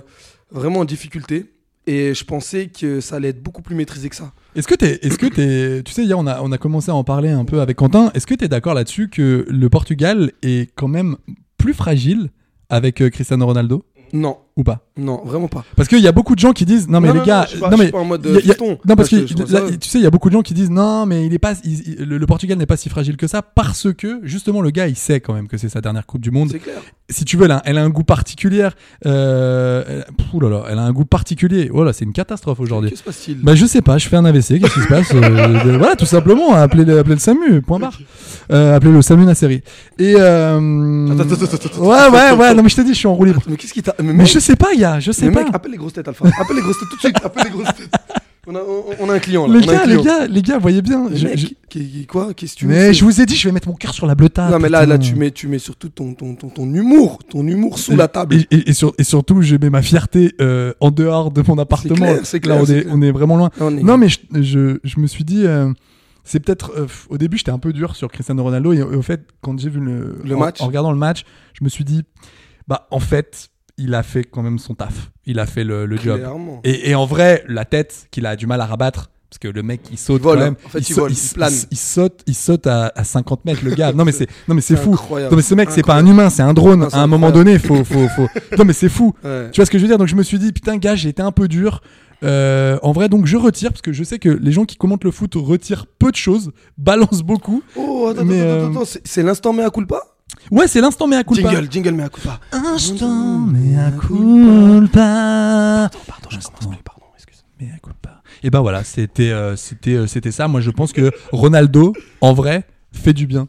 [SPEAKER 8] vraiment en difficulté. Et je pensais que ça allait être beaucoup plus maîtrisé que ça.
[SPEAKER 7] Est-ce que t'es, est-ce que t'es, tu sais, hier on a, on a commencé à en parler un peu avec Quentin. Est-ce que t'es d'accord là-dessus que le Portugal est quand même plus fragile avec euh, Cristiano Ronaldo
[SPEAKER 8] Non,
[SPEAKER 7] ou pas
[SPEAKER 8] non, vraiment pas.
[SPEAKER 7] Parce qu'il y a beaucoup de gens qui disent non mais
[SPEAKER 8] Non,
[SPEAKER 7] les
[SPEAKER 8] non,
[SPEAKER 7] gars,
[SPEAKER 8] non, je suis pas-
[SPEAKER 7] non
[SPEAKER 8] je
[SPEAKER 7] mais
[SPEAKER 8] suis pas en mode,
[SPEAKER 7] il y a- il y a-
[SPEAKER 8] fiston.
[SPEAKER 7] non parce
[SPEAKER 8] Parce
[SPEAKER 7] que,
[SPEAKER 8] que je trouve
[SPEAKER 7] là,
[SPEAKER 8] ça-
[SPEAKER 7] tu sais il y a beaucoup de gens qui disent non mais il est pas il- il- le le Portugal n'est pas si fragile que ça parce que justement le gars il sait quand même que c'est sa dernière Coupe du Monde.
[SPEAKER 8] C'est clair.
[SPEAKER 7] Si tu veux elle a, elle a un goût particulier. Euh, elle, pff, oulala, elle a un goût particulier. Voilà c'est une catastrophe
[SPEAKER 8] Que
[SPEAKER 7] aujourd'hui.
[SPEAKER 8] se passe-t-il
[SPEAKER 7] Bah je sais pas, je fais un AVC, qu'est-ce qui se passe Euh, euh, Voilà, tout simplement, appelez le, appelez le SAMU, point barre. Euh, appelez le SAMU Nasseri. Et euh...
[SPEAKER 8] Attends, attends, attends, attends,
[SPEAKER 7] Ouais, ouais, ouais, non mais je t'ai dit, je suis en roue libre.
[SPEAKER 8] Mais qu'est-ce qui t'a.
[SPEAKER 7] Mais je sais pas, gars, je sais
[SPEAKER 8] Mais
[SPEAKER 7] pas.
[SPEAKER 8] mec, appelle les grosses têtes, Alpha. Appelle les grosses têtes tout de suite. Appelle les grosses têtes. On a, on, on a un client là.
[SPEAKER 7] Les
[SPEAKER 8] on a un
[SPEAKER 7] gars,
[SPEAKER 8] client.
[SPEAKER 7] les gars, les gars, voyez bien.
[SPEAKER 8] Mais
[SPEAKER 7] je-
[SPEAKER 8] mec,
[SPEAKER 7] je-
[SPEAKER 8] qui- qui- quoi Qu'est-ce que tu
[SPEAKER 7] mais
[SPEAKER 8] fais
[SPEAKER 7] je vous ai dit, je vais mettre mon cœur sur la bleuta.
[SPEAKER 8] Non, mais là,
[SPEAKER 7] putain.
[SPEAKER 8] là tu, mets, tu mets surtout ton, ton, ton, ton humour. Ton humour sous
[SPEAKER 7] Et-
[SPEAKER 8] la table.
[SPEAKER 7] Et, et- et sur- et surtout, je mets ma fierté euh, en dehors de mon appartement.
[SPEAKER 8] clair, c'est clair,
[SPEAKER 7] Là, on,
[SPEAKER 8] c'est
[SPEAKER 7] est,
[SPEAKER 8] clair.
[SPEAKER 7] on est vraiment loin.
[SPEAKER 8] Non, mais-
[SPEAKER 7] Non, mais je, je- je me suis dit, euh, c'est peut-être. euh, f- au début, j'étais un peu dur sur Cristiano Ronaldo. Et au fait, quand j'ai vu le,
[SPEAKER 8] Le
[SPEAKER 7] en-
[SPEAKER 8] match.
[SPEAKER 7] En regardant le match, je me suis dit, bah, en fait, il a fait quand même son taf. Il a fait le, le job.
[SPEAKER 8] Clairement.
[SPEAKER 7] Et, et en vrai, la tête qu'il a du mal à rabattre, parce que le mec il saute
[SPEAKER 8] Il vole,
[SPEAKER 7] quand même.
[SPEAKER 8] en fait, il
[SPEAKER 7] sa-
[SPEAKER 8] vole, il plane.
[SPEAKER 7] il saute, il saute à, à 50 mètres le gars. Non mais c'est, non mais c'est fou.
[SPEAKER 8] incroyable.
[SPEAKER 7] Non mais ce mec c'est pas un humain, c'est un drone.
[SPEAKER 8] Non, c'est
[SPEAKER 7] à un moment donné, faut, faut, faut. Non mais c'est fou.
[SPEAKER 8] Ouais.
[SPEAKER 7] Tu vois ce que je veux dire Donc je me suis dit putain gars, j'ai été un peu dur. Euh, en vrai, donc je retire parce que je sais que les gens qui commentent le foot retirent peu de choses, balancent beaucoup.
[SPEAKER 8] Oh, attends,
[SPEAKER 7] Mais,
[SPEAKER 8] attends,
[SPEAKER 7] euh,
[SPEAKER 8] attends, attends. c'est- C'est l'instant mea culpa
[SPEAKER 7] Ouais, c'est l'instant mais à culpa.
[SPEAKER 8] Jingle, jingle mea culpa.
[SPEAKER 7] Instant mea culpa.
[SPEAKER 8] Pardon, je
[SPEAKER 7] Instant.
[SPEAKER 8] commence plus, pardon, excuse.
[SPEAKER 7] Mais à coup pas. Et ben voilà, c'était euh, c'était euh, c'était ça. Moi, je pense que Ronaldo, en vrai, fait du bien.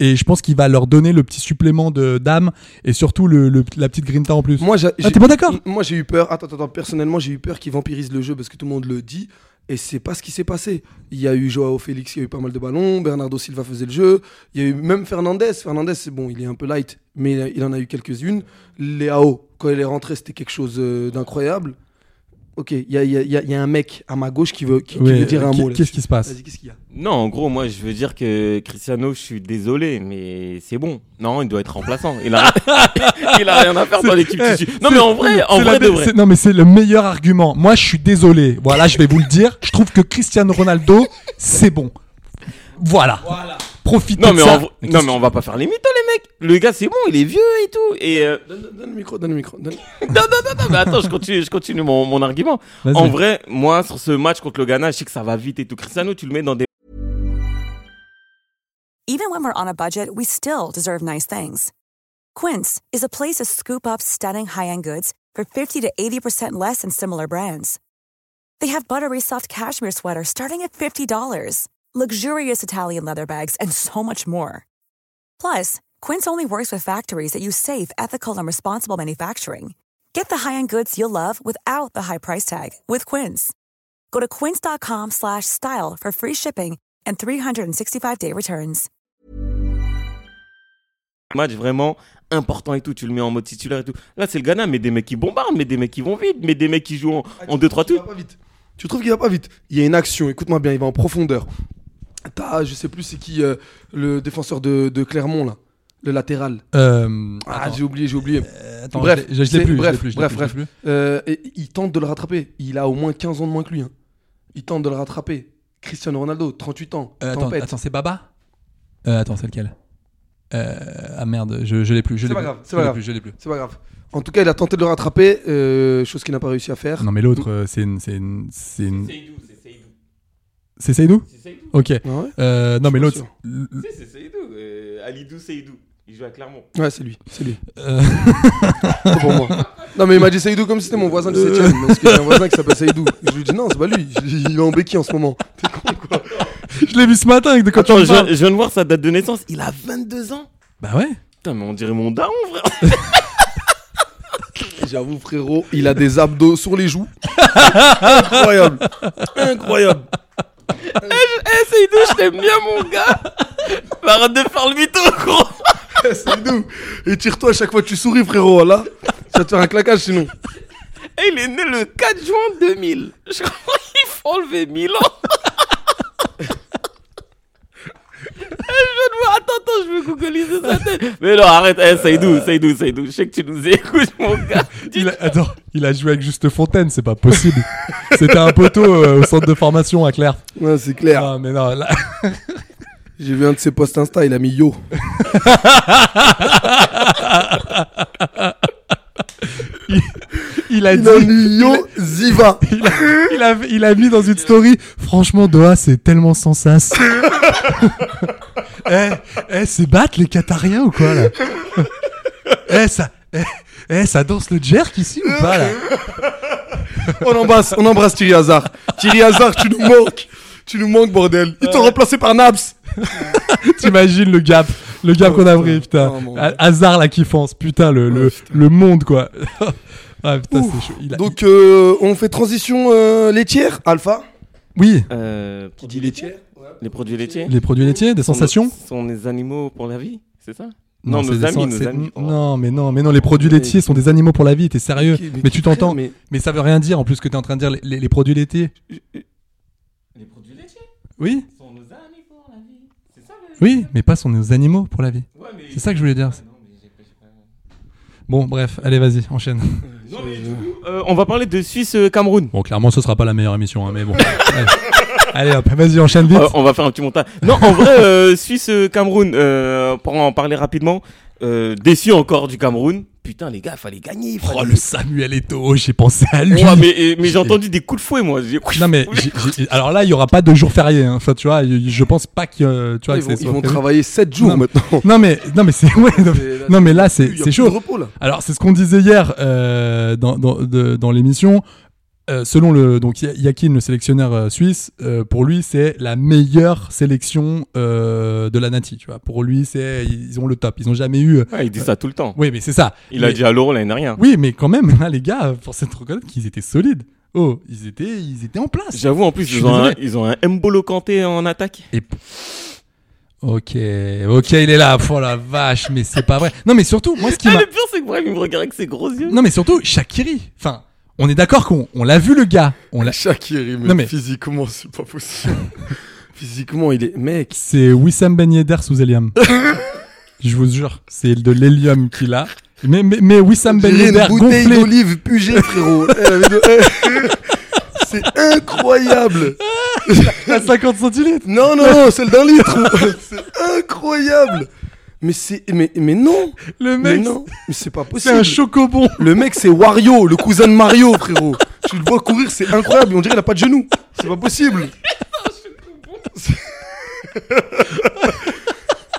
[SPEAKER 7] Et je pense qu'il va leur donner le petit supplément de d'âme et surtout le, le- la petite grinta en plus.
[SPEAKER 8] Moi, j'ai-
[SPEAKER 7] ah,
[SPEAKER 8] j'ai-
[SPEAKER 7] t'es pas d'accord
[SPEAKER 8] M- Moi j'ai eu peur, attends, attends, attends, personnellement j'ai eu peur qu'ils vampirisent le jeu parce que tout le monde le dit et c'est pas ce qui s'est passé. Il y a eu Joao Félix qui a eu pas mal de ballons, Bernardo Silva faisait le jeu, il y a eu même Fernandez. Fernandez, c'est bon, il est un peu light, mais il a- il en a eu quelques-unes. Léao, quand il est rentré, c'était quelque chose euh, d'incroyable. Ok, il y a, il y a- il y a- il y a un mec à ma gauche qui veut, qui, qui
[SPEAKER 7] Oui,
[SPEAKER 8] veut dire un
[SPEAKER 7] qui-
[SPEAKER 8] mot.
[SPEAKER 7] Qu'est-ce qui se passe
[SPEAKER 8] Vas-y, qu'est-ce qu'il y a
[SPEAKER 9] Non, en gros, moi, je veux dire que Cristiano, je suis désolé, mais c'est bon. Non, il doit être remplaçant. Il a, il a rien à faire dans l'équipe.
[SPEAKER 7] Eh,
[SPEAKER 9] qui suit. Non, mais en vrai, en
[SPEAKER 7] C'est la
[SPEAKER 9] vrai de
[SPEAKER 7] me-
[SPEAKER 9] vrai.
[SPEAKER 7] c'est- Non, mais c'est le meilleur argument. Moi, je suis désolé. Voilà, je vais vous le dire. Je trouve que Cristiano Ronaldo, c'est bon. Voilà. Profitez
[SPEAKER 9] Non
[SPEAKER 7] de
[SPEAKER 9] mais,
[SPEAKER 7] ça.
[SPEAKER 9] en vrai- non, mais on va pas faire les mythos les mecs Le gars c'est bon il est vieux et tout Et euh,
[SPEAKER 8] donne, donne- donne le micro, donne le micro. donne-
[SPEAKER 9] Non non non, non, mais attends je continue, je continue mon, mon argument
[SPEAKER 7] Vas-y.
[SPEAKER 9] En vrai moi sur ce match contre le Ghana Je sais que ça va vite et tout Cristiano tu le mets dans des
[SPEAKER 3] Even when we're on a budget, we still deserve nice things. Quince is a place to scoop up stunning high end goods for 50 to 80% less than similar brands. They have buttery soft cashmere sweaters starting at $50, luxurious Italian leather bags, and so much more. Plus, Quince only works with factories that use safe, ethical, and responsible manufacturing. Get the high-end goods you'll love without the high price tag with Quince. Go to quince.com/style slash style for free shipping and 365-day returns.
[SPEAKER 9] matchs vraiment importants et tout Tu le mets en mode titulaire et tout Là c'est le Ghana mais des mecs qui bombardent Mais des mecs qui vont vite Mais des mecs qui jouent en-
[SPEAKER 8] Ah,
[SPEAKER 9] en 2-3
[SPEAKER 8] Il
[SPEAKER 9] tout
[SPEAKER 8] va pas vite. Tu trouves qu'il va pas vite Il y a une action, écoute-moi bien, il va en profondeur. T'as, je sais plus c'est qui, euh, le défenseur de, de Clermont, là. Le latéral.
[SPEAKER 7] Euh,
[SPEAKER 8] Ah,
[SPEAKER 7] attends.
[SPEAKER 8] j'ai oublié, j'ai oublié.
[SPEAKER 7] Euh, attends,
[SPEAKER 8] bref,
[SPEAKER 7] je l'ai- je
[SPEAKER 8] c'est-
[SPEAKER 7] l'ai plus, je l'ai
[SPEAKER 8] bref,
[SPEAKER 7] plus, je l'ai
[SPEAKER 8] bref,
[SPEAKER 7] plus, je l'ai
[SPEAKER 8] bref.
[SPEAKER 7] plus.
[SPEAKER 8] Euh, et il tente de le rattraper. Il a au moins 15 ans de moins que lui. hein. Il tente de le rattraper. Cristiano Ronaldo, 38 ans.
[SPEAKER 7] Euh, attends,
[SPEAKER 8] tempête.
[SPEAKER 7] attends, c'est Baba Euh, Attends, c'est lequel Euh, Ah merde, je, je l'ai plus. je
[SPEAKER 8] C'est
[SPEAKER 7] l'ai
[SPEAKER 8] pas
[SPEAKER 7] plus,
[SPEAKER 8] grave, c'est
[SPEAKER 7] je
[SPEAKER 8] pas
[SPEAKER 7] l'ai
[SPEAKER 8] grave.
[SPEAKER 7] plus, Je l'ai plus.
[SPEAKER 8] C'est pas grave. En tout cas, il a tenté de le rattraper, euh, chose qu'il n'a pas réussi à faire.
[SPEAKER 7] Non, mais l'autre, euh, c'est une. C'est une- c'est une- C'est Seydou Ok.
[SPEAKER 8] Ah ouais
[SPEAKER 7] Euh, non, mais
[SPEAKER 8] pas
[SPEAKER 7] l'autre.
[SPEAKER 8] sûr.
[SPEAKER 7] l- l-
[SPEAKER 9] C'est Seydou euh, Alidou Seydou Il joue à Clermont
[SPEAKER 8] Ouais, c'est lui. C'est lui.
[SPEAKER 7] euh,
[SPEAKER 8] Pas pour moi. Non, mais il m'a dit Seydou comme si c'était mon voisin du 7ème. Parce que j'ai un voisin qui s'appelle Seydou. Je lui dis non, c'est pas lui. Je- Il est en béquille en ce moment. T'es con ou quoi
[SPEAKER 7] je l'ai vu ce matin avec de quand
[SPEAKER 9] Attends
[SPEAKER 7] tu me
[SPEAKER 9] Oh, je,
[SPEAKER 7] parles.
[SPEAKER 9] je viens de voir sa date de naissance Il a 22 ans
[SPEAKER 7] Bah ouais.
[SPEAKER 9] Putain mais on dirait mon daron frère
[SPEAKER 8] J'avoue, frérot, il a des abdos sur les joues. Incroyable. Incroyable.
[SPEAKER 9] Eh Seydou je t'aime bien mon gars Mais Arrête de faire le mytho gros
[SPEAKER 8] Seydou. Et tire-toi à chaque fois que tu souris, frérot. Là, ça va te faire un claquage sinon.
[SPEAKER 9] Eh, il est né le 4 juin 2000. Je crois qu'il faut enlever 1000 ans. Eh, je ne vois- Attends, attends, je veux googliser sa tête. Mais non, arrête, eh, Saïdou, Saïdou, Saïdou. Je sais que tu nous écoutes, mon gars.
[SPEAKER 7] Il a- attends, il a joué avec Juste Fontaine, c'est pas possible. C'était un poteau euh, au centre de formation à Claire.
[SPEAKER 8] Ouais, c'est clair.
[SPEAKER 7] Ah, mais non, là-
[SPEAKER 8] J'ai vu un de ses posts Insta, il a mis yo.
[SPEAKER 7] il a
[SPEAKER 8] Il a
[SPEAKER 7] dit.
[SPEAKER 8] mis yo Ziva.
[SPEAKER 7] Il a, il a- il a mis dans une story, franchement, Doha, c'est tellement sans sas. eh, eh, c'est battre les Qatariens ou quoi, là Eh, ça. eh, eh, ça danse le jerk ici ou pas, là
[SPEAKER 8] On embrasse, on embrasse Thierry Hazard. Thierry Hazard, tu nous manques. Tu nous manques, bordel. Ils t'ont remplacé par Naps.
[SPEAKER 7] T'imagines le gap, le gap qu'on a pris, putain.
[SPEAKER 8] Oh, mon
[SPEAKER 7] Ha- Hasard la kiffance, putain, le, le, le monde, quoi. ah, putain, c'est chaud. Il a-
[SPEAKER 8] Donc, euh, on fait transition euh, laitière, Alpha.
[SPEAKER 7] Oui,
[SPEAKER 9] Euh, qui dit laitier Les produits laitiers
[SPEAKER 7] les produits laitiers, des sensations
[SPEAKER 9] Ce sont des animaux pour la vie, c'est ça
[SPEAKER 7] c'est
[SPEAKER 9] nos
[SPEAKER 7] des
[SPEAKER 9] amis,
[SPEAKER 7] sens-
[SPEAKER 9] nos
[SPEAKER 7] c'est-
[SPEAKER 9] amis.
[SPEAKER 7] Non, mais non, mais non, les produits laitiers sont des animaux pour la vie, t'es sérieux
[SPEAKER 8] Ok,
[SPEAKER 7] Ah, mais,
[SPEAKER 8] mais
[SPEAKER 7] tu t'entends,
[SPEAKER 8] mais-
[SPEAKER 7] mais... ça veut rien dire en plus que t'es en train de dire les, les- les produits laitiers.
[SPEAKER 9] Les produits laitiers
[SPEAKER 7] Oui,
[SPEAKER 9] sont nos amis pour la vie. C'est ça le...
[SPEAKER 7] oui, mais pas sont nos animaux pour la vie.
[SPEAKER 9] Ouais, mais... Ah,
[SPEAKER 7] C'est ça que je voulais dire.
[SPEAKER 9] Non, mais j'ai pas...
[SPEAKER 7] Bon, bref, allez, vas-y, enchaîne.
[SPEAKER 9] Non, mais du coup, euh, on va parler de Suisse-Cameroun.
[SPEAKER 7] Bon, clairement, ce sera pas la meilleure émission, hein, mais bon. Oh, allez. Allez, hop, vas-y, enchaîne vite.
[SPEAKER 9] Euh, on va faire un petit montage. Non, en vrai, euh, Suisse-Cameroun, pour en parler rapidement, euh, déçu encore du Cameroun. Putain, les gars, fallait gagner. il
[SPEAKER 7] Oh,
[SPEAKER 9] Fallait...
[SPEAKER 7] le Samuel Eto'o, j'ai pensé à lui.
[SPEAKER 9] Ouais, mais et- mais j'ai entendu des coups de fouet, moi. J'ai-
[SPEAKER 7] Non mais j'ai- j'ai- alors là il y aura pas de jour férié hein. Enfin, tu vois je je pense pas que euh, tu vois
[SPEAKER 8] Ils
[SPEAKER 7] que
[SPEAKER 8] vont,
[SPEAKER 7] c'est
[SPEAKER 8] ils
[SPEAKER 7] soit
[SPEAKER 8] vont
[SPEAKER 7] prévu.
[SPEAKER 8] travailler 7 jours
[SPEAKER 7] Non,
[SPEAKER 8] maintenant.
[SPEAKER 7] Non mais non mais c'est ouais, non, mais-
[SPEAKER 8] C'est- là,
[SPEAKER 7] non, mais là c'est
[SPEAKER 8] Il y
[SPEAKER 7] c'est
[SPEAKER 8] a plus de
[SPEAKER 7] chaud.
[SPEAKER 8] repos, là.
[SPEAKER 7] Alors c'est ce qu'on disait hier euh, dans dans de- dans l'émission Euh, selon le donc Ya- Yakin le sélectionneur euh, suisse euh, pour lui c'est la meilleure sélection euh, de la Nati tu vois pour lui c'est ils ont le top ils ont jamais eu euh,
[SPEAKER 9] Ouais, il dit ça tout le temps.
[SPEAKER 7] oui mais c'est ça
[SPEAKER 9] Il
[SPEAKER 7] Mais-
[SPEAKER 9] a dit à l'euro l'année dernière.
[SPEAKER 7] oui mais quand même là les gars force est de reconnaître qu'ils étaient solides oh ils étaient ils étaient en place
[SPEAKER 9] J'avoue, en plus,
[SPEAKER 7] Je suis
[SPEAKER 9] ils ont, un,
[SPEAKER 7] désolé.
[SPEAKER 9] ils ont un Mbolo Kanté en attaque.
[SPEAKER 7] Ok, ok, il est là. Oh la vache, mais c'est pas vrai. Non, mais surtout, moi, ce qui
[SPEAKER 9] Ah,
[SPEAKER 7] m'a.
[SPEAKER 9] le pire, c'est que bref, il me regarde avec ses gros yeux.
[SPEAKER 7] Non, mais surtout, Shakiri. Enfin, On est d'accord qu'on on l'a vu le gars. On l'a.
[SPEAKER 8] Shakiri, mais,
[SPEAKER 7] Non, mais-
[SPEAKER 8] physiquement, c'est pas possible. physiquement, il est. Mec,
[SPEAKER 7] C'est Wissam Ben Yedder sous hélium. Je vous jure, c'est de l'hélium qu'il a. Mais, mais, mais Wissam Ben
[SPEAKER 8] dirait
[SPEAKER 7] Yedder
[SPEAKER 8] une bouteille
[SPEAKER 7] gonflé.
[SPEAKER 8] d'olive pugée, frérot. Eh, la vidéo- eh, c'est incroyable.
[SPEAKER 7] à 50 centilitres.
[SPEAKER 8] Non, non, non, celle d'un litre. c'est incroyable. Mais c'est. Mais, mais non.
[SPEAKER 7] Le
[SPEAKER 8] Mais
[SPEAKER 7] mec,
[SPEAKER 8] non. Mais c'est pas
[SPEAKER 7] c'est
[SPEAKER 8] possible.
[SPEAKER 7] un chocobon.
[SPEAKER 8] Le mec, c'est Wario, le cousin de Mario, frérot. Tu le vois courir, c'est incroyable. On dirait qu'il a pas de genoux. C'est pas possible.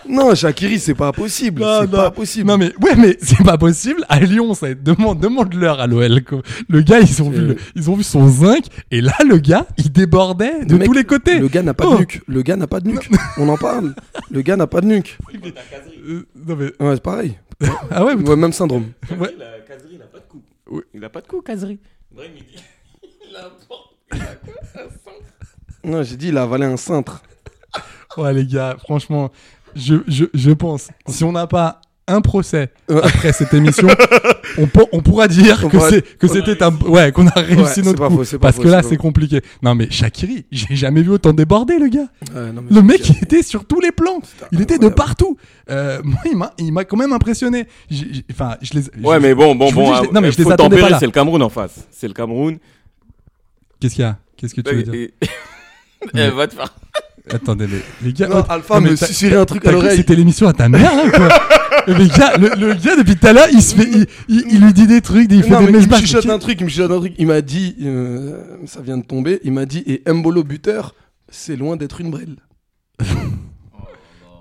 [SPEAKER 8] non, Shakiri, c'est pas possible.
[SPEAKER 7] Non,
[SPEAKER 8] C'est
[SPEAKER 7] non.
[SPEAKER 8] pas possible.
[SPEAKER 7] Non mais ouais mais c'est pas possible. À Lyon, ça demande demande leur à l'OL. quoi. Le gars, ils ont vu le- ils ont vu son zinc et là le gars, il débordait de
[SPEAKER 8] Le mec-
[SPEAKER 7] tous les côtés.
[SPEAKER 8] Le gars n'a pas
[SPEAKER 7] Oh.
[SPEAKER 8] de nuque. Le gars n'a pas de nuque. On en parle. Le gars n'a pas de nuque.
[SPEAKER 7] Euh, non, mais-
[SPEAKER 8] Ouais, c'est pareil.
[SPEAKER 7] Ah ouais,
[SPEAKER 8] Ouais, même syndrome.
[SPEAKER 9] Kazri, il a pas de coup.
[SPEAKER 7] Oui.
[SPEAKER 9] Il a pas de coup, Kazri. Brahim, il dit. Il a un porc. Il a quoi un sang
[SPEAKER 8] Non, j'ai dit, il a avalé un cintre.
[SPEAKER 7] ouais les gars, franchement, je, je, je pense si on n'a pas un procès
[SPEAKER 8] Ouais.
[SPEAKER 7] après cette émission, on, pour- on pourra dire
[SPEAKER 8] On
[SPEAKER 7] que
[SPEAKER 8] pourra-
[SPEAKER 7] c'est que c'était un ouais qu'on a
[SPEAKER 8] Ouais,
[SPEAKER 7] réussi
[SPEAKER 8] c'est
[SPEAKER 7] notre
[SPEAKER 8] pas
[SPEAKER 7] coup
[SPEAKER 8] faux, c'est pas
[SPEAKER 7] parce
[SPEAKER 8] faux,
[SPEAKER 7] que là
[SPEAKER 8] c'est pas
[SPEAKER 7] c'est
[SPEAKER 8] faux.
[SPEAKER 7] compliqué. Non mais Shakiri, j'ai jamais vu autant déborder le gars.
[SPEAKER 8] Ouais, non, mais
[SPEAKER 7] Le mec,
[SPEAKER 8] Shakiri-
[SPEAKER 7] il était sur tous les plans. Il était de
[SPEAKER 8] incroyable.
[SPEAKER 7] partout. Euh, moi, il m'a- il m'a quand même impressionné. J'ai- j'ai- Enfin, je les.
[SPEAKER 9] Ouais,
[SPEAKER 7] je-
[SPEAKER 9] mais bon, bon,
[SPEAKER 7] je vous
[SPEAKER 9] bon.
[SPEAKER 7] dis, je les-
[SPEAKER 9] ah,
[SPEAKER 7] non, mais je les
[SPEAKER 9] faut
[SPEAKER 7] attendais pas
[SPEAKER 9] tempérer,
[SPEAKER 7] là.
[SPEAKER 9] C'est le Cameroun en face. C'est le Cameroun.
[SPEAKER 7] Qu'est-ce qu'il y a Qu'est-ce que tu
[SPEAKER 8] Bah,
[SPEAKER 7] veux dire
[SPEAKER 9] Et- et- Elle va te faire.
[SPEAKER 7] Attendez, mais les gars.
[SPEAKER 8] Non,
[SPEAKER 7] oh,
[SPEAKER 8] Alpha
[SPEAKER 7] non, mais
[SPEAKER 8] me
[SPEAKER 7] t'as-
[SPEAKER 8] susurrait un truc à
[SPEAKER 7] t'as cru que
[SPEAKER 8] l'oreille.
[SPEAKER 7] C'était l'émission à ta mère, hein, quoi. Mais gars, le, le gars depuis tout à l'heure, il se fait, il, il- il lui dit des trucs, il fait
[SPEAKER 8] Non,
[SPEAKER 7] des
[SPEAKER 8] mais il me
[SPEAKER 7] messages.
[SPEAKER 8] chuchote un truc, il me chuchote un truc. Il m'a dit, euh, ça vient de tomber, il m'a dit, et Mbolo buteur, c'est loin d'être une brêle.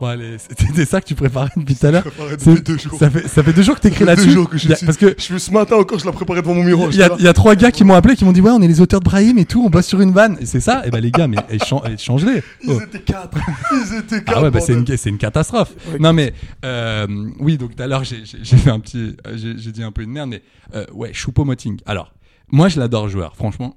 [SPEAKER 7] Bon, allez, c'était ça que tu préparais depuis tout à l'heure. C'est- Ça fait, ça fait deux jours que t'écris là-dessus.
[SPEAKER 8] jours que je
[SPEAKER 7] Il y a-
[SPEAKER 8] suis-
[SPEAKER 7] Parce que
[SPEAKER 8] Je, ce matin encore, je la préparais devant mon miroir.
[SPEAKER 7] Il y, a, il y a trois gars qui m'ont appelé, qui m'ont dit ouais, on est les auteurs de Brahim et tout, on bosse sur une vanne. Et C'est ça Et ben les gars, mais eh, chan- eh, change-les. Oh.
[SPEAKER 8] étaient quatre. Ils étaient
[SPEAKER 7] Ah ouais, bah c'est une, c'est une catastrophe. Non mais euh, oui, donc tout à l'heure j'ai j'ai- j'ai fait un petit, euh, j'ai j'ai dit un peu une merde, mais euh, ouais, Choupo Moting. Alors moi je l'adore joueur, franchement,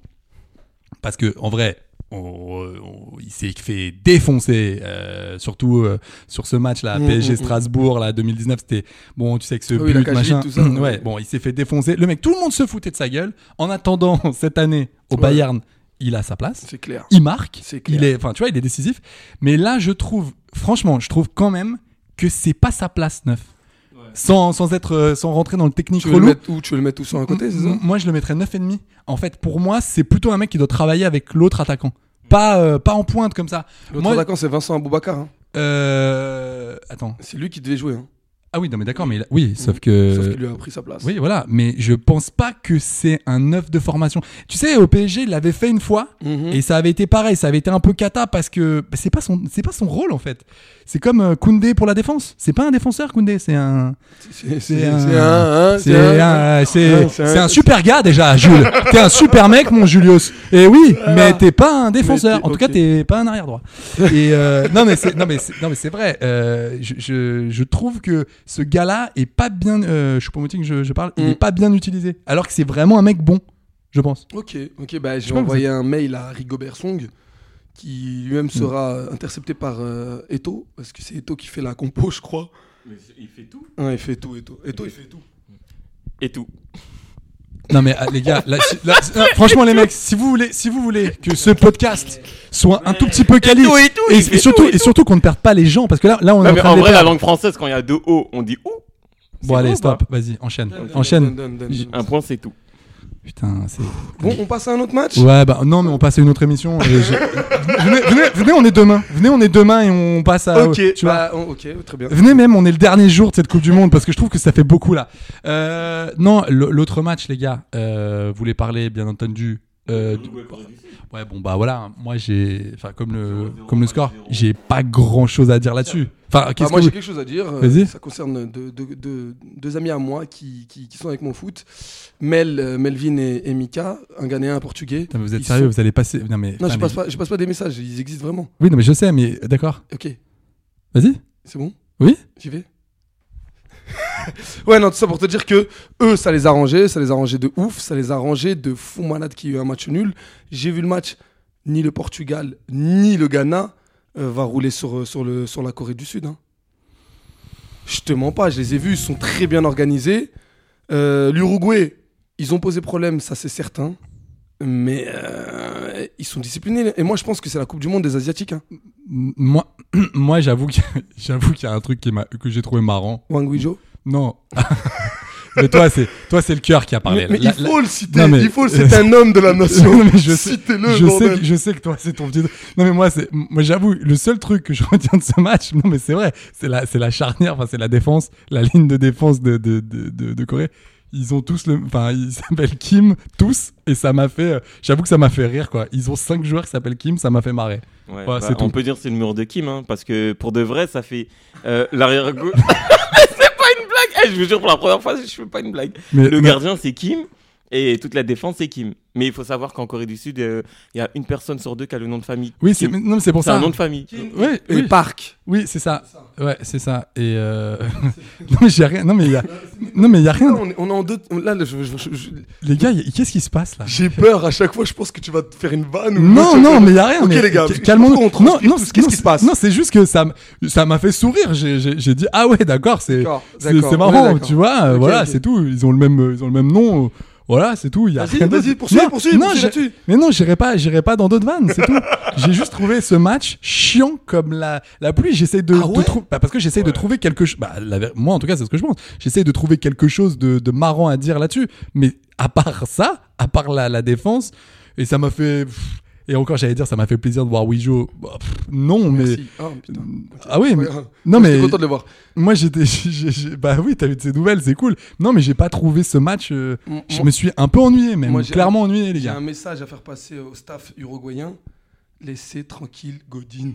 [SPEAKER 7] parce que en vrai. on- on- il s'est fait défoncer, euh, surtout euh, sur ce match-là,
[SPEAKER 8] Mm,
[SPEAKER 7] PSG
[SPEAKER 8] mm, mm.
[SPEAKER 7] Strasbourg, là, 2019, c'était bon, tu sais que ce
[SPEAKER 8] Oui, la
[SPEAKER 7] but,
[SPEAKER 8] cage vide,
[SPEAKER 7] machin,
[SPEAKER 8] tout ça.
[SPEAKER 7] ouais, bon, il s'est fait défoncer. Le mec, tout le monde se foutait de sa gueule. En attendant, cette année, au
[SPEAKER 8] Ouais.
[SPEAKER 7] Bayern, il a sa place
[SPEAKER 8] C'est clair.
[SPEAKER 7] il marque,
[SPEAKER 8] C'est clair.
[SPEAKER 7] il est, enfin tu vois, il est décisif. Mais là, je trouve, franchement, je trouve quand même que c'est pas sa place neuf. Sans, sans être, euh, sans rentrer dans le technique
[SPEAKER 8] Tu veux, le
[SPEAKER 7] relou.
[SPEAKER 8] mettre où tu veux le mettre tout sur un côté, c'est
[SPEAKER 7] M-
[SPEAKER 8] ça
[SPEAKER 7] m- Moi, je le mettrais neuf et demi. En fait, pour moi, c'est plutôt un mec qui doit travailler avec l'autre attaquant. Pas, euh, pas en pointe comme ça.
[SPEAKER 8] L'autre
[SPEAKER 7] Moi-
[SPEAKER 8] attaquant, c'est Vincent Aboubakar. hein.
[SPEAKER 7] Euh, attends.
[SPEAKER 8] C'est lui qui devait jouer. hein.
[SPEAKER 7] Ah oui, non mais d'accord, mais il a- oui, sauf que.
[SPEAKER 8] Mmh. Sauf qu'il lui a pris sa place.
[SPEAKER 7] Oui, voilà, mais je pense pas que c'est un neuf de formation. Tu sais, au PSG, il l'avait fait une fois,
[SPEAKER 8] Mhm.
[SPEAKER 7] et ça avait été pareil, ça avait été un peu cata parce que bah, c'est pas son, c'est pas son rôle en fait. C'est comme euh, Koundé pour la défense. C'est pas un défenseur Koundé, c'est un,
[SPEAKER 8] C'est
[SPEAKER 7] c'est
[SPEAKER 8] c'est un. hein,
[SPEAKER 7] c'est un, euh, c'est
[SPEAKER 8] un- c'est un-
[SPEAKER 7] c'est un super gars déjà, Jules. t'es un super mec, mon Julius. Et oui, mais t'es pas un défenseur.
[SPEAKER 8] Mais t'es-
[SPEAKER 7] En tout cas,
[SPEAKER 8] ok.
[SPEAKER 7] t'es pas un arrière droit. Et euh, non mais c'est, non mais c'est, non mais c'est vrai. Euh, je, je, je trouve que ce gars-là est pas bien. Euh, Choupo-Moting, je, je parle. Il
[SPEAKER 8] Mm.
[SPEAKER 7] est pas bien utilisé. Alors que c'est vraiment un mec bon, je pense.
[SPEAKER 8] Ok, ok, bah,
[SPEAKER 7] sais
[SPEAKER 8] j'ai
[SPEAKER 7] pas,
[SPEAKER 8] envoyé un mail à Rigobert Song qui
[SPEAKER 7] Hmm.
[SPEAKER 8] lui-même sera euh, intercepté par euh, Eto, parce que c'est Eto qui fait la compo, je crois.
[SPEAKER 9] Mais il fait tout.
[SPEAKER 8] Ouais, il fait tout, Eto. Eto, il fait tout.
[SPEAKER 9] Et tout.
[SPEAKER 7] Non mais euh, les gars, là, si- là, si- non, franchement les mecs, si vous voulez, si vous voulez que ce podcast soit un tout petit peu quali, et,
[SPEAKER 9] tout, et tout, il fait
[SPEAKER 7] surtout,
[SPEAKER 9] tout, et
[SPEAKER 7] et surtout qu'on ne perde pas les gens, parce que là, là on est
[SPEAKER 9] Non,
[SPEAKER 7] en
[SPEAKER 9] mais
[SPEAKER 7] train
[SPEAKER 9] en
[SPEAKER 7] de les
[SPEAKER 9] vrai, la
[SPEAKER 7] perdre.
[SPEAKER 9] langue française, quand il y a deux O, on dit ou.
[SPEAKER 7] Bon allez,
[SPEAKER 9] bon,
[SPEAKER 7] stop, vas-y, enchaîne,
[SPEAKER 8] Donne,
[SPEAKER 7] enchaîne. Ah,
[SPEAKER 8] donne, donne, donne.
[SPEAKER 9] Un point, c'est tout.
[SPEAKER 7] Putain, c'est.
[SPEAKER 8] Bon, on passe à un autre match
[SPEAKER 7] Ouais bah non mais on passe à une autre émission. et je- venez, venez, venez, on est demain, venez, on est demain et on passe à.
[SPEAKER 8] Ok,
[SPEAKER 7] tu vois.
[SPEAKER 8] bah, on- ok, très bien.
[SPEAKER 7] Venez même, on est le dernier jour de cette Coupe du Monde parce que je trouve que ça fait beaucoup là. Euh, non, l- l'autre match, les gars, euh, vous voulez parler, bien entendu. euh, du- ouais, bon bah voilà. Moi j'ai, enfin comme le comme le score, j'ai pas grand chose à dire là-dessus. Enfin,
[SPEAKER 8] Ah,
[SPEAKER 7] qu'est-ce
[SPEAKER 8] moi
[SPEAKER 7] que
[SPEAKER 8] j'ai
[SPEAKER 7] vous-
[SPEAKER 8] quelque chose à dire. Euh,
[SPEAKER 7] Vas-y.
[SPEAKER 8] Ça concerne deux, deux- deux- deux amis à moi qui, qui- qui sont avec mon foot. Mel, euh, Melvin et, et Mika, un Ghanéen, un Portugais.
[SPEAKER 7] Putain, mais vous êtes
[SPEAKER 8] Ils
[SPEAKER 7] sérieux
[SPEAKER 8] sont-
[SPEAKER 7] Vous allez passer Non mais. putain,
[SPEAKER 8] Non, je passe,
[SPEAKER 7] mais-
[SPEAKER 8] pas, je passe pas des messages, ils existent vraiment.
[SPEAKER 7] Oui, non mais je sais, mais euh, d'accord.
[SPEAKER 8] Ok,
[SPEAKER 7] Vas-y.
[SPEAKER 8] c'est bon
[SPEAKER 7] Oui.
[SPEAKER 8] J'y vais. ouais, non, tout ça pour te dire que eux, ça les a arrangés, ça les a arrangés de ouf, ça les a arrangés de fou malade qui a eu un match nul. J'ai vu le match, ni le Portugal, ni le Ghana euh, va rouler sur, euh, sur, le, sur la Corée du Sud. hein. Je te mens pas, je les ai vus, ils sont très bien organisés. Euh, L'Uruguay, Ils ont posé problème, ça c'est certain. Mais euh, ils sont disciplinés. Et moi, je pense que c'est la Coupe du Monde des Asiatiques. Hein.
[SPEAKER 7] M- Moi, moi j'avoue qu'il y a- j'avoue qu'il y a un truc qui m'a- que j'ai trouvé marrant.
[SPEAKER 8] Wang Guizhou.
[SPEAKER 7] Non. mais toi, c'est toi, c'est le cœur qui a parlé.
[SPEAKER 8] Mais, mais
[SPEAKER 7] La-
[SPEAKER 8] il
[SPEAKER 7] la-
[SPEAKER 8] faut le citer.
[SPEAKER 7] Non, mais-
[SPEAKER 8] Il faut le citer. C'est un homme de la nation.
[SPEAKER 7] Non, mais je sais,
[SPEAKER 8] Citez-le,
[SPEAKER 7] je, sais
[SPEAKER 8] bordel.
[SPEAKER 7] que, je sais que toi, c'est ton petit. Non, mais moi, c'est, moi, j'avoue, le seul truc que je retiens de ce match, non, mais c'est vrai, c'est la, c'est la charnière, enfin, c'est la défense, la ligne de défense de, de, de, de, de Corée. Ils ont tous le, enfin, ils s'appellent Kim, tous, et ça m'a fait, euh, j'avoue que ça m'a fait rire, quoi. Ils ont cinq joueurs qui s'appellent Kim, ça m'a fait marrer.
[SPEAKER 9] Ouais,
[SPEAKER 7] Voilà,
[SPEAKER 9] bah,
[SPEAKER 7] c'est
[SPEAKER 9] on
[SPEAKER 7] tout.
[SPEAKER 9] peut dire que c'est le mur de Kim, hein, parce que pour de vrai, ça fait euh, l'arrière gauche. c'est pas une blague. Eh, je vous jure, pour la première fois, je fais pas une blague.
[SPEAKER 7] Mais,
[SPEAKER 9] Le
[SPEAKER 7] mais-
[SPEAKER 9] gardien, c'est Kim. Et toute la défense, c'est Kim. Mais il faut savoir qu'en Corée du Sud, euh, il y a une personne sur deux qui a le nom de famille.
[SPEAKER 7] oui, c'est,
[SPEAKER 9] Kim.
[SPEAKER 7] mais- non, mais c'est pour
[SPEAKER 9] C'est
[SPEAKER 7] ça.
[SPEAKER 9] un nom de famille.
[SPEAKER 7] Ouais,
[SPEAKER 8] Et
[SPEAKER 7] oui.
[SPEAKER 8] Park.
[SPEAKER 7] Oui, c'est ça. Ouais, c'est ça. Et euh... non mais j'ai rien. Non mais il y a. Non mais il y a rien.
[SPEAKER 8] Là, on, est, on est en deux. on- Là, je- je- je- je-
[SPEAKER 7] Les gars, il y a- qu'est-ce qui se passe là
[SPEAKER 8] j'ai peur à chaque fois. Je pense que tu vas te faire une vanne. ou-
[SPEAKER 7] Non, non, mais il y a rien.
[SPEAKER 8] Ok,
[SPEAKER 7] mais
[SPEAKER 8] les gars,
[SPEAKER 7] ca-
[SPEAKER 8] je-
[SPEAKER 7] calmons-nous.
[SPEAKER 8] pourquoi on
[SPEAKER 7] Non,
[SPEAKER 8] transcrit
[SPEAKER 7] non,
[SPEAKER 8] tout ce- qu'est-ce qui se passe
[SPEAKER 7] Non, c'est juste que ça, m- ça m'a fait sourire. J'ai- J'ai j'ai dit ah ouais, d'accord, c'est
[SPEAKER 8] D'accord,
[SPEAKER 7] c'est c'est
[SPEAKER 8] d'accord, on est
[SPEAKER 7] marrant,
[SPEAKER 8] d'accord.
[SPEAKER 7] tu vois. euh,
[SPEAKER 8] Ok,
[SPEAKER 7] voilà,
[SPEAKER 8] ok. Ah,
[SPEAKER 7] c'est tout. Ils ont le même, euh, ils ont le même nom. euh, Voilà, c'est tout. il Y a
[SPEAKER 8] Vas-y,
[SPEAKER 7] rien d'autre.
[SPEAKER 8] vas-y, poursuis,
[SPEAKER 7] Non,
[SPEAKER 8] poursuis,
[SPEAKER 7] non,
[SPEAKER 8] poursuis
[SPEAKER 7] j'ai-
[SPEAKER 8] là-dessus.
[SPEAKER 7] Mais non, j'irai pas, j'irai pas dans d'autres vannes, c'est tout. J'ai juste trouvé ce match chiant comme la, la pluie. J'essaie de,
[SPEAKER 8] Ah ouais
[SPEAKER 7] de trou- bah, parce que j'essaie de trouver quelque chose. Bah, la ver- moi, en tout cas, c'est ce que je pense. J'essaie de trouver quelque chose de, de marrant à dire là-dessus. Mais à part ça, à part la, la défense, et ça m'a fait. pff, Et encore, j'allais dire, ça m'a fait plaisir de voir Wijo. Bah, pff, non, mais.
[SPEAKER 8] Merci. Ah, putain.
[SPEAKER 7] Ah oui, mais-
[SPEAKER 8] Ouais.
[SPEAKER 7] non
[SPEAKER 8] J'étais
[SPEAKER 7] mais
[SPEAKER 8] content de le voir.
[SPEAKER 7] moi j'étais, j'ai- j'ai- bah oui, t'as eu de ces nouvelles, c'est cool. Non mais j'ai pas trouvé ce match. euh,
[SPEAKER 8] Moi-
[SPEAKER 7] je me suis un peu ennuyé, même
[SPEAKER 8] Mm, moi, j'ai-
[SPEAKER 7] clairement ennuyé les
[SPEAKER 8] J'ai un
[SPEAKER 7] gars.
[SPEAKER 8] message à faire passer au staff uruguayen. Laissez tranquille Godin.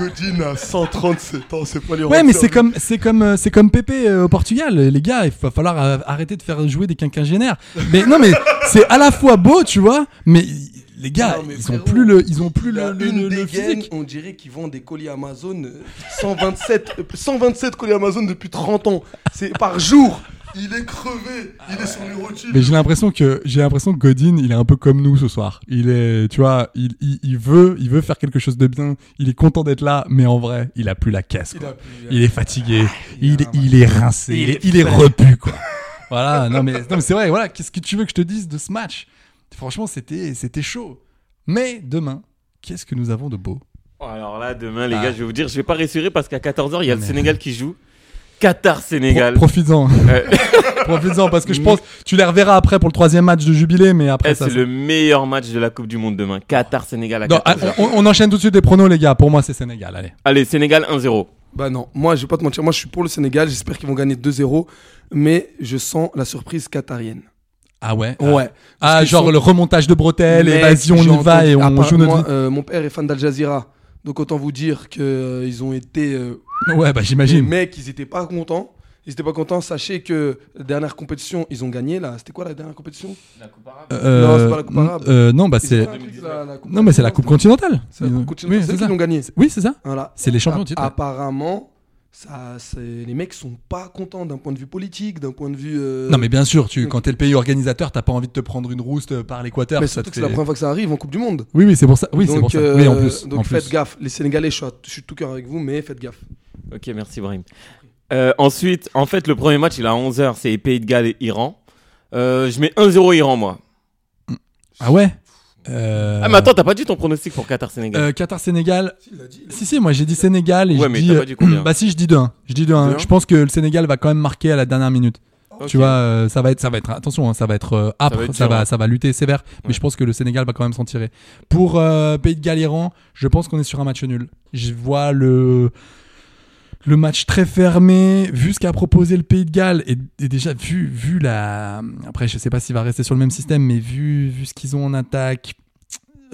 [SPEAKER 8] Godin a 137 ans, c'est pas les
[SPEAKER 7] Ouais, mais
[SPEAKER 8] Rangers.
[SPEAKER 7] c'est comme, c'est comme, euh, c'est comme Pépé euh, au Portugal, les gars. Il va falloir euh, arrêter de faire jouer des quinquagénaires. Mais non mais c'est à la fois beau, tu vois, mais y- les gars,
[SPEAKER 8] Non, mais
[SPEAKER 7] Ah, ils ont
[SPEAKER 8] frérot,
[SPEAKER 7] plus le, ils ont plus
[SPEAKER 8] Il a
[SPEAKER 7] le, le-
[SPEAKER 8] une
[SPEAKER 7] le- le
[SPEAKER 8] dégaine,
[SPEAKER 7] physique.
[SPEAKER 8] On dirait qu'ils vendent des colis Amazon. euh, 127, euh, 127 colis Amazon depuis 30 ans. C'est par jour. Il est crevé. Il est sur les rotules.
[SPEAKER 7] Mais j'ai l'impression que j'ai l'impression que Godin, il est un peu comme nous ce soir. Il est, tu vois, il, il, il veut, il veut faire quelque chose de bien. Il est content d'être là, mais en vrai, il a plus la caisse.
[SPEAKER 8] Il
[SPEAKER 7] quoi.
[SPEAKER 8] a plus-
[SPEAKER 7] Il est fatigué. Il, est- il est rincé. Il est, il est repu quoi. voilà. Non mais non mais c'est vrai. Voilà. Qu'est-ce que tu veux que je te dise de ce match Franchement, c'était c'était chaud. Mais demain, qu'est-ce que nous avons de beau
[SPEAKER 9] Oh, alors là, demain, les
[SPEAKER 7] Ah.
[SPEAKER 9] gars, je vais vous dire, je vais pas rassurer parce qu'à 14h, il y a le Sénégal qui joue. Qatar-Sénégal.
[SPEAKER 7] Pro- Profites-en.
[SPEAKER 9] Euh,
[SPEAKER 7] Profites-en parce que je pense tu les reverras après pour le troisième match de jubilé, mais après
[SPEAKER 9] eh,
[SPEAKER 7] ça.
[SPEAKER 9] c'est
[SPEAKER 7] ça-
[SPEAKER 9] le meilleur match de la Coupe du Monde demain. Qatar-Sénégal à
[SPEAKER 7] Non, ah,
[SPEAKER 9] 14h.
[SPEAKER 7] on, on enchaîne tout de suite les pronos les gars. Pour moi, c'est Sénégal. Allez.
[SPEAKER 9] Allez, Sénégal 1-0.
[SPEAKER 8] Bah non, moi je vais pas te mentir, moi je suis pour le Sénégal, j'espère qu'ils vont gagner 2-0, mais je sens la surprise qatarienne.
[SPEAKER 7] Ah ouais.
[SPEAKER 8] Ouais. Parce
[SPEAKER 7] Ah,
[SPEAKER 8] qu'ils
[SPEAKER 7] genre
[SPEAKER 8] sont-
[SPEAKER 7] le remontage de bretelles, et
[SPEAKER 8] Mec,
[SPEAKER 7] vas-y, on
[SPEAKER 8] j'ai
[SPEAKER 7] y va
[SPEAKER 8] entendu-
[SPEAKER 7] et on
[SPEAKER 8] apparemment,
[SPEAKER 7] joue notre vie.
[SPEAKER 8] euh, mon père est fan d'Al Jazeera, donc autant vous dire que euh, ils ont été. euh,
[SPEAKER 7] Ouais, bah
[SPEAKER 8] les
[SPEAKER 7] j'imagine.
[SPEAKER 8] mecs, ils étaient pas contents. Ils étaient pas contents. Sachez que la dernière compétition, ils ont gagné là. C'était quoi la dernière compétition
[SPEAKER 7] Euh,
[SPEAKER 8] Non, c'est pas la Coupe arabe.
[SPEAKER 7] euh, non, bah
[SPEAKER 8] Ils
[SPEAKER 7] c'est.
[SPEAKER 8] ont pas pris la- la Coupe
[SPEAKER 7] Non, mais c'est la Coupe continentale.
[SPEAKER 8] C'est la Coupe
[SPEAKER 7] Oui,
[SPEAKER 8] continentale,
[SPEAKER 7] c'est
[SPEAKER 8] c'est eux
[SPEAKER 7] ça.
[SPEAKER 8] qui Ah, l'ont gagnée.
[SPEAKER 7] Oui, c'est ça.
[SPEAKER 8] Voilà.
[SPEAKER 7] C'est les champions du titre.
[SPEAKER 8] Apparemment, ça, c'est- les mecs sont pas contents d'un point de vue politique, d'un point de vue. euh,
[SPEAKER 7] Non, mais bien sûr, tu, quand t'es le pays organisateur, t'as pas envie de te prendre une rouste euh, par l'équateur.
[SPEAKER 8] mais
[SPEAKER 7] ça te
[SPEAKER 8] surtout que c'est la
[SPEAKER 7] fait-
[SPEAKER 8] première fois que ça arrive en Coupe du Monde.
[SPEAKER 7] Oui, oui, c'est pour ça. Oui, c'est
[SPEAKER 8] donc,
[SPEAKER 7] pour ça.
[SPEAKER 8] euh,
[SPEAKER 7] Oui, en plus.
[SPEAKER 8] donc
[SPEAKER 7] en
[SPEAKER 8] faites
[SPEAKER 7] plus.
[SPEAKER 8] gaffe. Les Sénégalais, je suis, à- je suis tout cœur avec vous, mais faites gaffe.
[SPEAKER 9] Ok, merci Brahim. Euh, ensuite, en fait, le premier match, il est à 11h, c'est Pays de Galles et Iran. Euh, je mets 1-0 Iran, moi.
[SPEAKER 7] Ah ouais Euh,
[SPEAKER 9] Ah, mais attends, t'as pas dit ton pronostic pour Qatar-Sénégal
[SPEAKER 7] euh, Qatar-Sénégal. Si, si, moi j'ai dit Sénégal et
[SPEAKER 9] Ouais,
[SPEAKER 7] je
[SPEAKER 9] mais
[SPEAKER 7] dis.
[SPEAKER 9] t'as pas dit combien
[SPEAKER 7] bah si, je dis 2-1. Je dis 2-1.
[SPEAKER 8] 2-1.
[SPEAKER 7] Je pense que le Sénégal va quand même marquer à la dernière minute. Tu
[SPEAKER 9] Ok.
[SPEAKER 7] vois, euh, ça va être, ça va être, attention, hein, ça va être euh, âpre, ça va,
[SPEAKER 9] être
[SPEAKER 7] ça
[SPEAKER 9] dur,
[SPEAKER 7] va,
[SPEAKER 9] hein.
[SPEAKER 7] lutter sévère, mais
[SPEAKER 9] Ouais.
[SPEAKER 7] je pense que le Sénégal va quand même s'en tirer. Pour euh, Pays de Galles, Iran, je pense qu'on est sur un match nul. Je vois le le match très fermé, vu ce qu'a proposé le Pays de Galles et, et déjà vu vu la, après je sais pas s'il va rester sur le même système, mais vu vu ce qu'ils ont en attaque,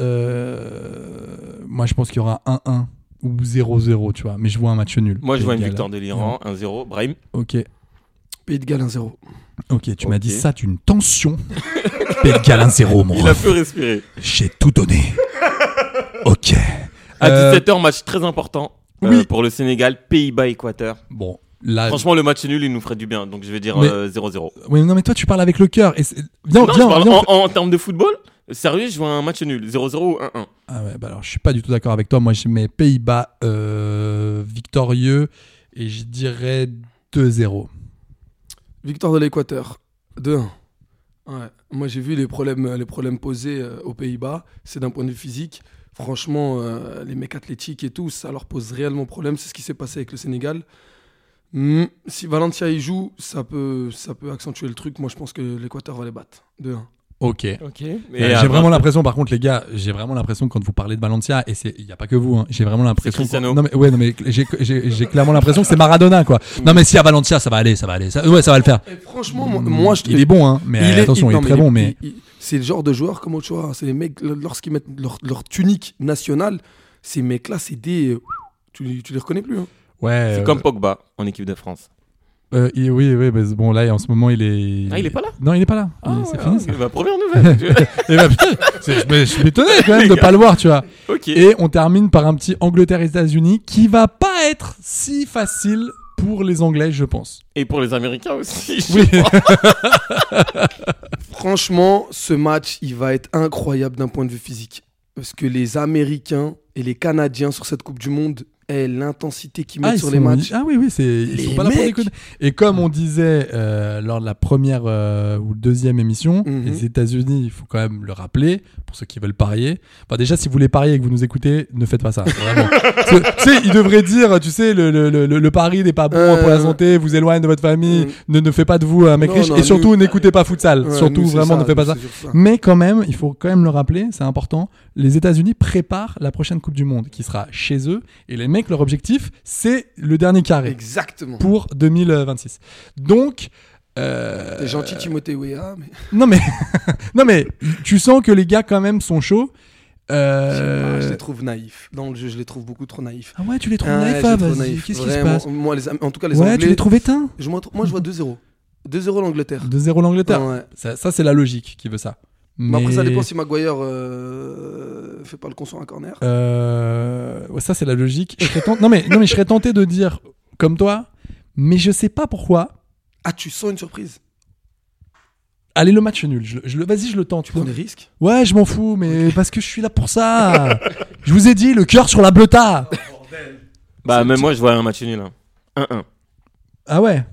[SPEAKER 7] euh, moi je pense qu'il y aura 1-1 ou 0-0, tu vois, mais je vois un match nul.
[SPEAKER 9] Moi, je
[SPEAKER 7] Pays
[SPEAKER 9] vois une
[SPEAKER 7] de Galles.
[SPEAKER 9] victoire de l'Iran, 1-0. Brahim
[SPEAKER 7] Ok.
[SPEAKER 8] Pays de Galles 1-0.
[SPEAKER 7] Ok, tu m'as
[SPEAKER 9] Ok.
[SPEAKER 7] dit ça d'une tension. Pays de Galles 1-0, mon
[SPEAKER 9] Il a
[SPEAKER 7] ref.
[SPEAKER 9] peu respiré.
[SPEAKER 7] J'ai tout donné. ok.
[SPEAKER 9] À
[SPEAKER 7] Euh,
[SPEAKER 9] 17h, match très important euh,
[SPEAKER 7] oui.
[SPEAKER 9] pour le Sénégal, Pays-Bas-Équateur.
[SPEAKER 7] Bon, là.
[SPEAKER 9] Franchement, le match nul, il nous ferait du bien, donc je vais dire
[SPEAKER 7] Mais-
[SPEAKER 9] euh, 0-0.
[SPEAKER 7] Oui, non, mais toi, tu parles avec le cœur. Et c'est- viens,
[SPEAKER 9] Non, je
[SPEAKER 7] viens,
[SPEAKER 9] parle
[SPEAKER 7] viens.
[SPEAKER 9] en, en termes de football, sérieux, je vois un match nul, 0-0 ou 1-1.
[SPEAKER 7] Ah ouais, bah alors, je suis pas du tout d'accord avec toi. Moi, je mets Pays-Bas euh, victorieux et je dirais 2-0.
[SPEAKER 8] Victoire de l'Équateur. 2-1. Ouais. Moi, j'ai vu les problèmes, les problèmes posés euh, aux Pays-Bas. C'est d'un point de vue physique. Franchement, euh, les mecs athlétiques et tout, ça leur pose réellement problème. C'est ce qui s'est passé avec le Sénégal. Hmm, si Valencia y joue, ça peut, ça peut accentuer le truc. Moi, je pense que l'Équateur va les battre. 2-1.
[SPEAKER 7] Ok.
[SPEAKER 5] Ok.
[SPEAKER 7] Euh, j'ai vraiment l'impression, par contre, les gars, j'ai vraiment l'impression quand vous parlez de Valencia, et c'est, il y a pas que vous, hein, j'ai vraiment l'impression.
[SPEAKER 9] C'est Cristiano.
[SPEAKER 7] Non mais ouais, non mais j'ai, j'ai, j'ai clairement l'impression que c'est Maradona quoi. Non mais si à Valencia, ça va aller, ça va aller, ça, ouais, ça va le faire.
[SPEAKER 8] Et franchement, moi, moi, je
[SPEAKER 7] Hmm, Mm. Il est bon hein, mais attention, il,
[SPEAKER 8] non,
[SPEAKER 7] est
[SPEAKER 8] mais
[SPEAKER 7] très bon, mais
[SPEAKER 8] il- il- C'est le genre de joueur comme Ochoa. C'est les mecs, l- lorsqu'ils mettent leur, leur tunique nationale, ces mecs-là, c'est des. euh, Tu, les- tu les reconnais plus. hein.
[SPEAKER 7] ouais.
[SPEAKER 9] C'est
[SPEAKER 7] euh,
[SPEAKER 9] comme Pogba en équipe de France.
[SPEAKER 7] euh, il- oui, oui, bah, bon là, en ce moment, il est.
[SPEAKER 9] Ah, il est pas là
[SPEAKER 7] Non, il est pas là.
[SPEAKER 9] Ah,
[SPEAKER 7] Il-
[SPEAKER 9] ouais,
[SPEAKER 7] c'est
[SPEAKER 9] ah,
[SPEAKER 7] fini.
[SPEAKER 9] ok, bah, première nouvelle.
[SPEAKER 7] Et bah, putain, c'est- je me- je suis étonné quand même de pas le voir, tu vois.
[SPEAKER 9] ok.
[SPEAKER 7] Et on termine par un petit Angleterre-États-Unis qui va pas être si facile pour les Anglais, je pense.
[SPEAKER 9] Et pour les Américains aussi. je
[SPEAKER 7] Oui.
[SPEAKER 9] crois.
[SPEAKER 8] Franchement, ce match, il va être incroyable d'un point de vue physique. Parce que les Américains et les Canadiens sur cette Coupe du Monde, eh, l'intensité qu'ils mettent
[SPEAKER 7] ils
[SPEAKER 8] sur les
[SPEAKER 7] sont-
[SPEAKER 8] matchs.
[SPEAKER 7] Ah oui, oui, c'est. Ils
[SPEAKER 8] Les
[SPEAKER 7] sont pas là pour
[SPEAKER 8] mecs.
[SPEAKER 7] déconner. Et comme on disait euh, lors de la première euh, ou deuxième émission,
[SPEAKER 8] Mhm.
[SPEAKER 7] les États-Unis, il faut quand même le rappeler pour ceux qui veulent parier. Enfin, déjà, si vous voulez parier et que vous nous écoutez, ne faites pas ça. Vraiment. Parce que, tu sais, ils devraient dire, tu sais, le, le, le, le pari n'est pas bon
[SPEAKER 8] Euh,
[SPEAKER 7] pour la santé, vous éloigne de votre famille,
[SPEAKER 8] Mm.
[SPEAKER 7] ne, ne faites pas de vous euh, un mec
[SPEAKER 8] Non,
[SPEAKER 7] riche.
[SPEAKER 8] non,
[SPEAKER 7] et surtout,
[SPEAKER 8] nous-
[SPEAKER 7] n'écoutez pas futsal.
[SPEAKER 8] Ouais,
[SPEAKER 7] surtout,
[SPEAKER 8] nous, c'est
[SPEAKER 7] vraiment, ne faites pas
[SPEAKER 8] nous,
[SPEAKER 7] ça.
[SPEAKER 8] c'est sur
[SPEAKER 7] Mais quand même, il faut quand même le rappeler, c'est important, les États-Unis préparent la prochaine Coupe du Monde qui sera chez eux. Et les mecs, leur objectif, c'est le dernier carré
[SPEAKER 8] Exactement.
[SPEAKER 7] pour 2026. Donc, euh,
[SPEAKER 8] T'es gentil, Timothée Weah, mais.
[SPEAKER 7] non mais, non mais, tu sens que les gars quand même sont chauds.
[SPEAKER 8] Je sais
[SPEAKER 7] Euh,
[SPEAKER 8] pas, je les trouve naïfs. Dans le jeu, je les trouve beaucoup trop naïfs.
[SPEAKER 7] Ah ouais, tu les trouves
[SPEAKER 8] Ouais,
[SPEAKER 7] naïfs,
[SPEAKER 8] je les
[SPEAKER 7] ah,
[SPEAKER 8] trouve
[SPEAKER 7] vas-y,
[SPEAKER 8] naïfs,
[SPEAKER 7] qu'est-ce qui se
[SPEAKER 8] vraiment.
[SPEAKER 7] passe
[SPEAKER 8] Moi, les Am- En tout cas, les
[SPEAKER 7] Ouais,
[SPEAKER 8] Anglais.
[SPEAKER 7] tu les trouves éteints.
[SPEAKER 8] je m'en trou- Moi, je vois 2-0. 2-0 l'Angleterre.
[SPEAKER 7] 2-0 l'Angleterre.
[SPEAKER 8] Ouais.
[SPEAKER 7] Ça, ça, c'est la logique qui veut ça.
[SPEAKER 8] Mais après, ça
[SPEAKER 7] Mais-
[SPEAKER 8] dépend si Maguire euh, fait pas le con sur un corner.
[SPEAKER 7] Euh, ouais, ça, c'est la logique. Je serais tenté- non, mais, non, mais je serais tenté de dire comme toi, mais je sais pas pourquoi.
[SPEAKER 8] Ah, tu sens une surprise
[SPEAKER 7] Allez, le match nul. Je, le- je le- Vas-y, je le tente.
[SPEAKER 8] Tu prends des risques
[SPEAKER 7] Ouais, je m'en fous, mais parce que je suis là pour ça. je vous ai dit, le cœur sur la bleuta.
[SPEAKER 9] bah, même moi, je vois un match nul. hein. 1-1.
[SPEAKER 7] Ah ouais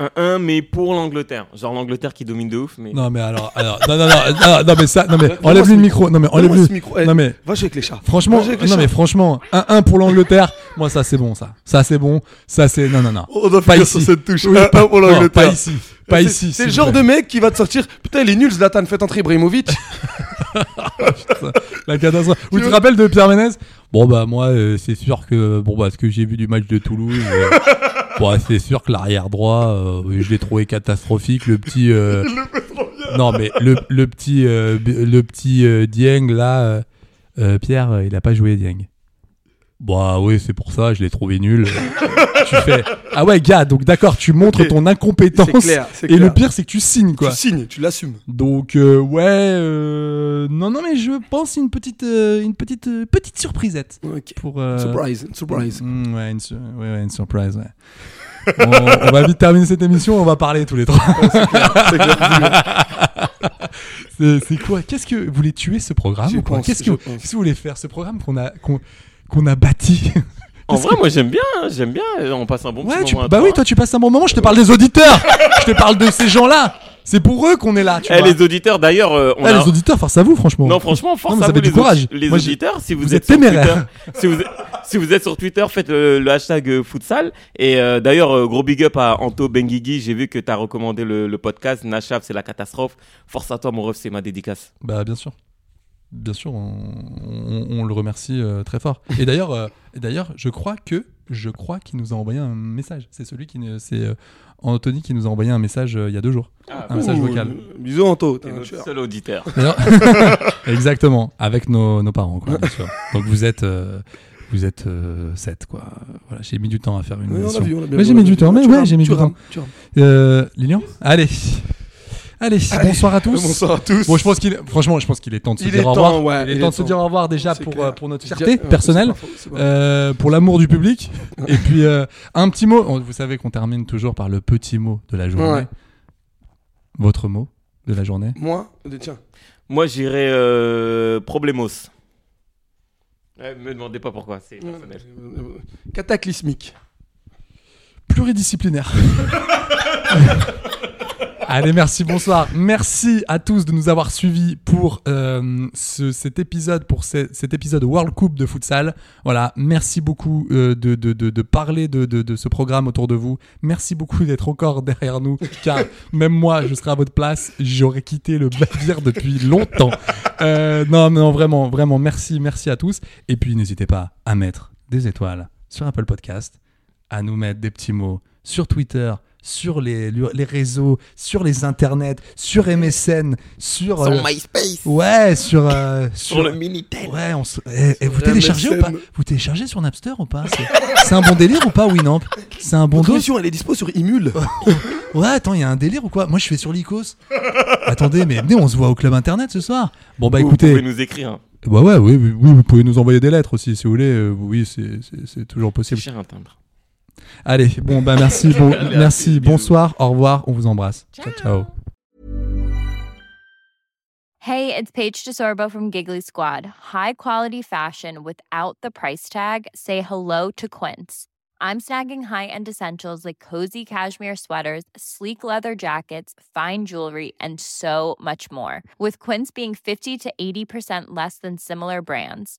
[SPEAKER 9] 1-1, mais pour l'Angleterre. Genre l'Angleterre qui domine de ouf. Mais...
[SPEAKER 7] Non, mais alors. alors non, non, non, non, non, mais ça. Non, mais
[SPEAKER 8] Donne-moi ce
[SPEAKER 7] enlève-lui le
[SPEAKER 8] micro.
[SPEAKER 7] micro. Non, mais
[SPEAKER 8] Donne-moi
[SPEAKER 7] enlève-lui.
[SPEAKER 8] ce micro. Eh,
[SPEAKER 7] Non, mais.
[SPEAKER 8] Va jouer avec les chats.
[SPEAKER 7] Franchement,
[SPEAKER 8] Va jouer avec les
[SPEAKER 7] non, mais
[SPEAKER 8] chats.
[SPEAKER 7] franchement, 1-1 pour l'Angleterre. Moi, ça, c'est bon, ça. Ça, c'est bon. Ça, c'est. Non, non, non.
[SPEAKER 8] On doit
[SPEAKER 7] Pas
[SPEAKER 8] finir
[SPEAKER 7] ici.
[SPEAKER 8] sur cette touche.
[SPEAKER 7] Oui,
[SPEAKER 8] Un,
[SPEAKER 7] pas-
[SPEAKER 8] un pour
[SPEAKER 7] non,
[SPEAKER 8] l'Angleterre.
[SPEAKER 7] Pas ici. Pas
[SPEAKER 8] C'est-
[SPEAKER 7] ici.
[SPEAKER 8] C'est
[SPEAKER 7] s'il
[SPEAKER 8] le
[SPEAKER 7] vous
[SPEAKER 8] genre
[SPEAKER 7] plaît.
[SPEAKER 8] de mec qui va te sortir. Putain, il est nul, Zlatan, faites entrer Ibrahimovic.
[SPEAKER 7] La catastrophe. Ou tu te rappelles de Pierre Ménès Bon bah moi euh, c'est sûr que bon bah ce que j'ai vu du match de Toulouse euh, bon, c'est sûr que l'arrière droit euh, je l'ai trouvé catastrophique le petit euh, Non mais le, le petit euh, b- le petit euh, Dieng là euh, euh, Pierre euh, il a pas joué Dieng. Bah oui, c'est pour ça, je l'ai trouvé nul. tu fais Ah ouais gars, donc d'accord, tu montres ton
[SPEAKER 8] C'est
[SPEAKER 7] incompétence.
[SPEAKER 8] clair, c'est
[SPEAKER 7] et le
[SPEAKER 8] clair.
[SPEAKER 7] pire c'est que tu signes quoi.
[SPEAKER 8] Tu signes, tu l'assumes.
[SPEAKER 7] Donc euh, ouais, euh, non non mais je pense une petite euh, une petite euh, petite surprisette
[SPEAKER 8] Ok.
[SPEAKER 7] pour euh,
[SPEAKER 8] Surprise, surprise.
[SPEAKER 7] Mm, ouais, une, su- ouais, ouais, une surprise. Ouais. on, on va vite terminer cette émission, on va parler tous les trois. c'est c'est quoi Qu'est-ce que vous voulez tuer ce programme
[SPEAKER 8] Je
[SPEAKER 7] ou quoi
[SPEAKER 8] pense,
[SPEAKER 7] Qu'est-ce que
[SPEAKER 8] je
[SPEAKER 7] vous-
[SPEAKER 8] pense.
[SPEAKER 7] qu'est-ce que vous voulez faire ce programme qu'on a qu'on qu'on a bâti
[SPEAKER 9] En vrai, moi, j'aime bien. hein, J'aime bien. euh, On passe un bon
[SPEAKER 7] Ouais,
[SPEAKER 9] petit
[SPEAKER 7] tu-
[SPEAKER 9] moment. à
[SPEAKER 7] bah
[SPEAKER 9] trois.
[SPEAKER 7] oui, toi tu passes un bon moment. Je te parle des auditeurs. je te parle de ces gens-là. C'est pour eux qu'on est là. Tu
[SPEAKER 9] Eh,
[SPEAKER 7] vois.
[SPEAKER 9] les auditeurs, d'ailleurs, euh, on
[SPEAKER 7] Ah,
[SPEAKER 9] a-
[SPEAKER 7] les auditeurs, force à vous, franchement.
[SPEAKER 9] Non, franchement, force
[SPEAKER 7] Non, mais
[SPEAKER 9] à
[SPEAKER 7] ça
[SPEAKER 9] vous,
[SPEAKER 7] fait du
[SPEAKER 9] les,
[SPEAKER 7] courage.
[SPEAKER 9] audi- les
[SPEAKER 7] Moi, j'ai-
[SPEAKER 9] auditeurs. Si vous,
[SPEAKER 7] vous
[SPEAKER 9] êtes
[SPEAKER 7] êtes
[SPEAKER 9] sur
[SPEAKER 7] téméraires.
[SPEAKER 9] Twitter, si, vous, si vous êtes sur Twitter, faites le, le hashtag euh, futsal. Et euh, d'ailleurs, euh, gros big up à Anto Benguigui. J'ai vu que tu as recommandé le, le podcast. Nachaf, c'est la catastrophe. Force à toi, mon ref, c'est ma dédicace.
[SPEAKER 7] Bah bien sûr. Bien sûr, on, on- on le remercie euh, très fort. Et d'ailleurs, euh, et d'ailleurs, je crois que je crois qu'il nous a envoyé un message. C'est celui qui ne- c'est euh, Anthony qui nous a envoyé un message euh, il y a deux jours,
[SPEAKER 8] Ah,
[SPEAKER 7] un message vocal.
[SPEAKER 8] Bisous, Anto. t'es
[SPEAKER 9] T'es
[SPEAKER 8] un
[SPEAKER 9] notre
[SPEAKER 8] tueur.
[SPEAKER 9] seul auditeur.
[SPEAKER 7] D'ailleurs- Exactement, avec nos, nos parents, quoi, bien sûr. Donc vous êtes euh, vous êtes euh, sept, quoi. Voilà, j'ai mis du temps à faire une.
[SPEAKER 8] Ouais, on l'a
[SPEAKER 7] émission.
[SPEAKER 8] vu, on l'a bien
[SPEAKER 7] Mais
[SPEAKER 8] vu,
[SPEAKER 7] j'ai
[SPEAKER 8] on
[SPEAKER 7] mis
[SPEAKER 8] l'a
[SPEAKER 7] du
[SPEAKER 8] vu.
[SPEAKER 7] temps, mais
[SPEAKER 8] Tu
[SPEAKER 7] ouais,
[SPEAKER 8] rames,
[SPEAKER 7] j'ai mis
[SPEAKER 8] tu
[SPEAKER 7] du
[SPEAKER 8] rames,
[SPEAKER 7] temps.
[SPEAKER 8] tu rames.
[SPEAKER 7] Euh, Lilian, allez. Allez, bonsoir à tous.
[SPEAKER 8] Bonsoir à tous.
[SPEAKER 7] Bon, je pense qu'il, franchement, je pense qu'il est temps de se
[SPEAKER 8] Il
[SPEAKER 7] dire
[SPEAKER 8] est
[SPEAKER 7] au
[SPEAKER 8] temps,
[SPEAKER 7] revoir.
[SPEAKER 8] ouais,
[SPEAKER 7] il est temps de se dire au revoir déjà
[SPEAKER 8] C'est
[SPEAKER 7] pour,
[SPEAKER 8] clair.
[SPEAKER 7] euh, pour notre
[SPEAKER 8] Je
[SPEAKER 7] fierté
[SPEAKER 8] dirais- euh,
[SPEAKER 7] personnelle,
[SPEAKER 8] c'est pas faux, c'est pas faux.
[SPEAKER 7] euh, pour l'amour du public. Et puis euh, un petit mot. On- Vous savez qu'on termine toujours par le petit mot de la journée.
[SPEAKER 8] Ouais.
[SPEAKER 7] Votre mot de la journée.
[SPEAKER 8] Moi, euh, tiens.
[SPEAKER 9] Moi, j'irais euh, Problemos. Ouais, me demandez pas pourquoi, c'est personnel.
[SPEAKER 8] Euh, Cataclysmique.
[SPEAKER 7] Pluridisciplinaire. Allez, merci, bonsoir. Merci à tous de nous avoir suivis pour euh, ce- cet épisode, pour ce- cet épisode World Cup de futsal. Voilà, merci beaucoup euh, de, de, de, de parler de, de, de ce programme autour de vous. Merci beaucoup d'être encore derrière nous, car même moi, je serais à votre place, j'aurais quitté le Bavière depuis longtemps. Euh, non, non, vraiment, vraiment, merci, merci à tous. Et puis, n'hésitez pas à mettre des étoiles sur Apple Podcast à nous mettre des petits mots sur Twitter, sur les, les réseaux, sur les internets, sur MSN, sur. euh,
[SPEAKER 9] MySpace.
[SPEAKER 7] Ouais, sur. euh,
[SPEAKER 9] Sur le Minitel.
[SPEAKER 7] Ouais, on se- eh, eh, vous
[SPEAKER 8] le
[SPEAKER 7] téléchargez ou
[SPEAKER 8] MSN.
[SPEAKER 7] pas Vous téléchargez sur Napster ou pas C'est- C'est un bon délire ou pas, Winamp C'est un bon
[SPEAKER 8] Notre
[SPEAKER 7] dos
[SPEAKER 8] émission, elle est dispo sur Imul.
[SPEAKER 7] Ouais, attends, il y a un délire ou quoi Moi, je suis sur l'Icos. Attendez, mais venez, on se voit au club internet ce soir. Bon, bah
[SPEAKER 9] Vous
[SPEAKER 7] écoutez.
[SPEAKER 9] pouvez nous écrire.
[SPEAKER 7] Bah ouais, oui, oui, oui, vous pouvez nous envoyer des lettres aussi si vous voulez. Euh, oui, c'est- c'est c'est toujours
[SPEAKER 9] C'est
[SPEAKER 7] possible.
[SPEAKER 9] cher un timbre.
[SPEAKER 7] Allez, bon bah merci, bon, merci, bonsoir, au revoir, on vous embrasse. Ciao, ciao.
[SPEAKER 5] Hey, it's Paige DeSorbo from Giggly Squad. High quality fashion without the price tag. Say hello to Quince. I'm snagging high-end essentials like cozy cashmere sweaters, sleek leather jackets, fine jewelry, and so much more. With Quince being 50 to 80% less than similar brands.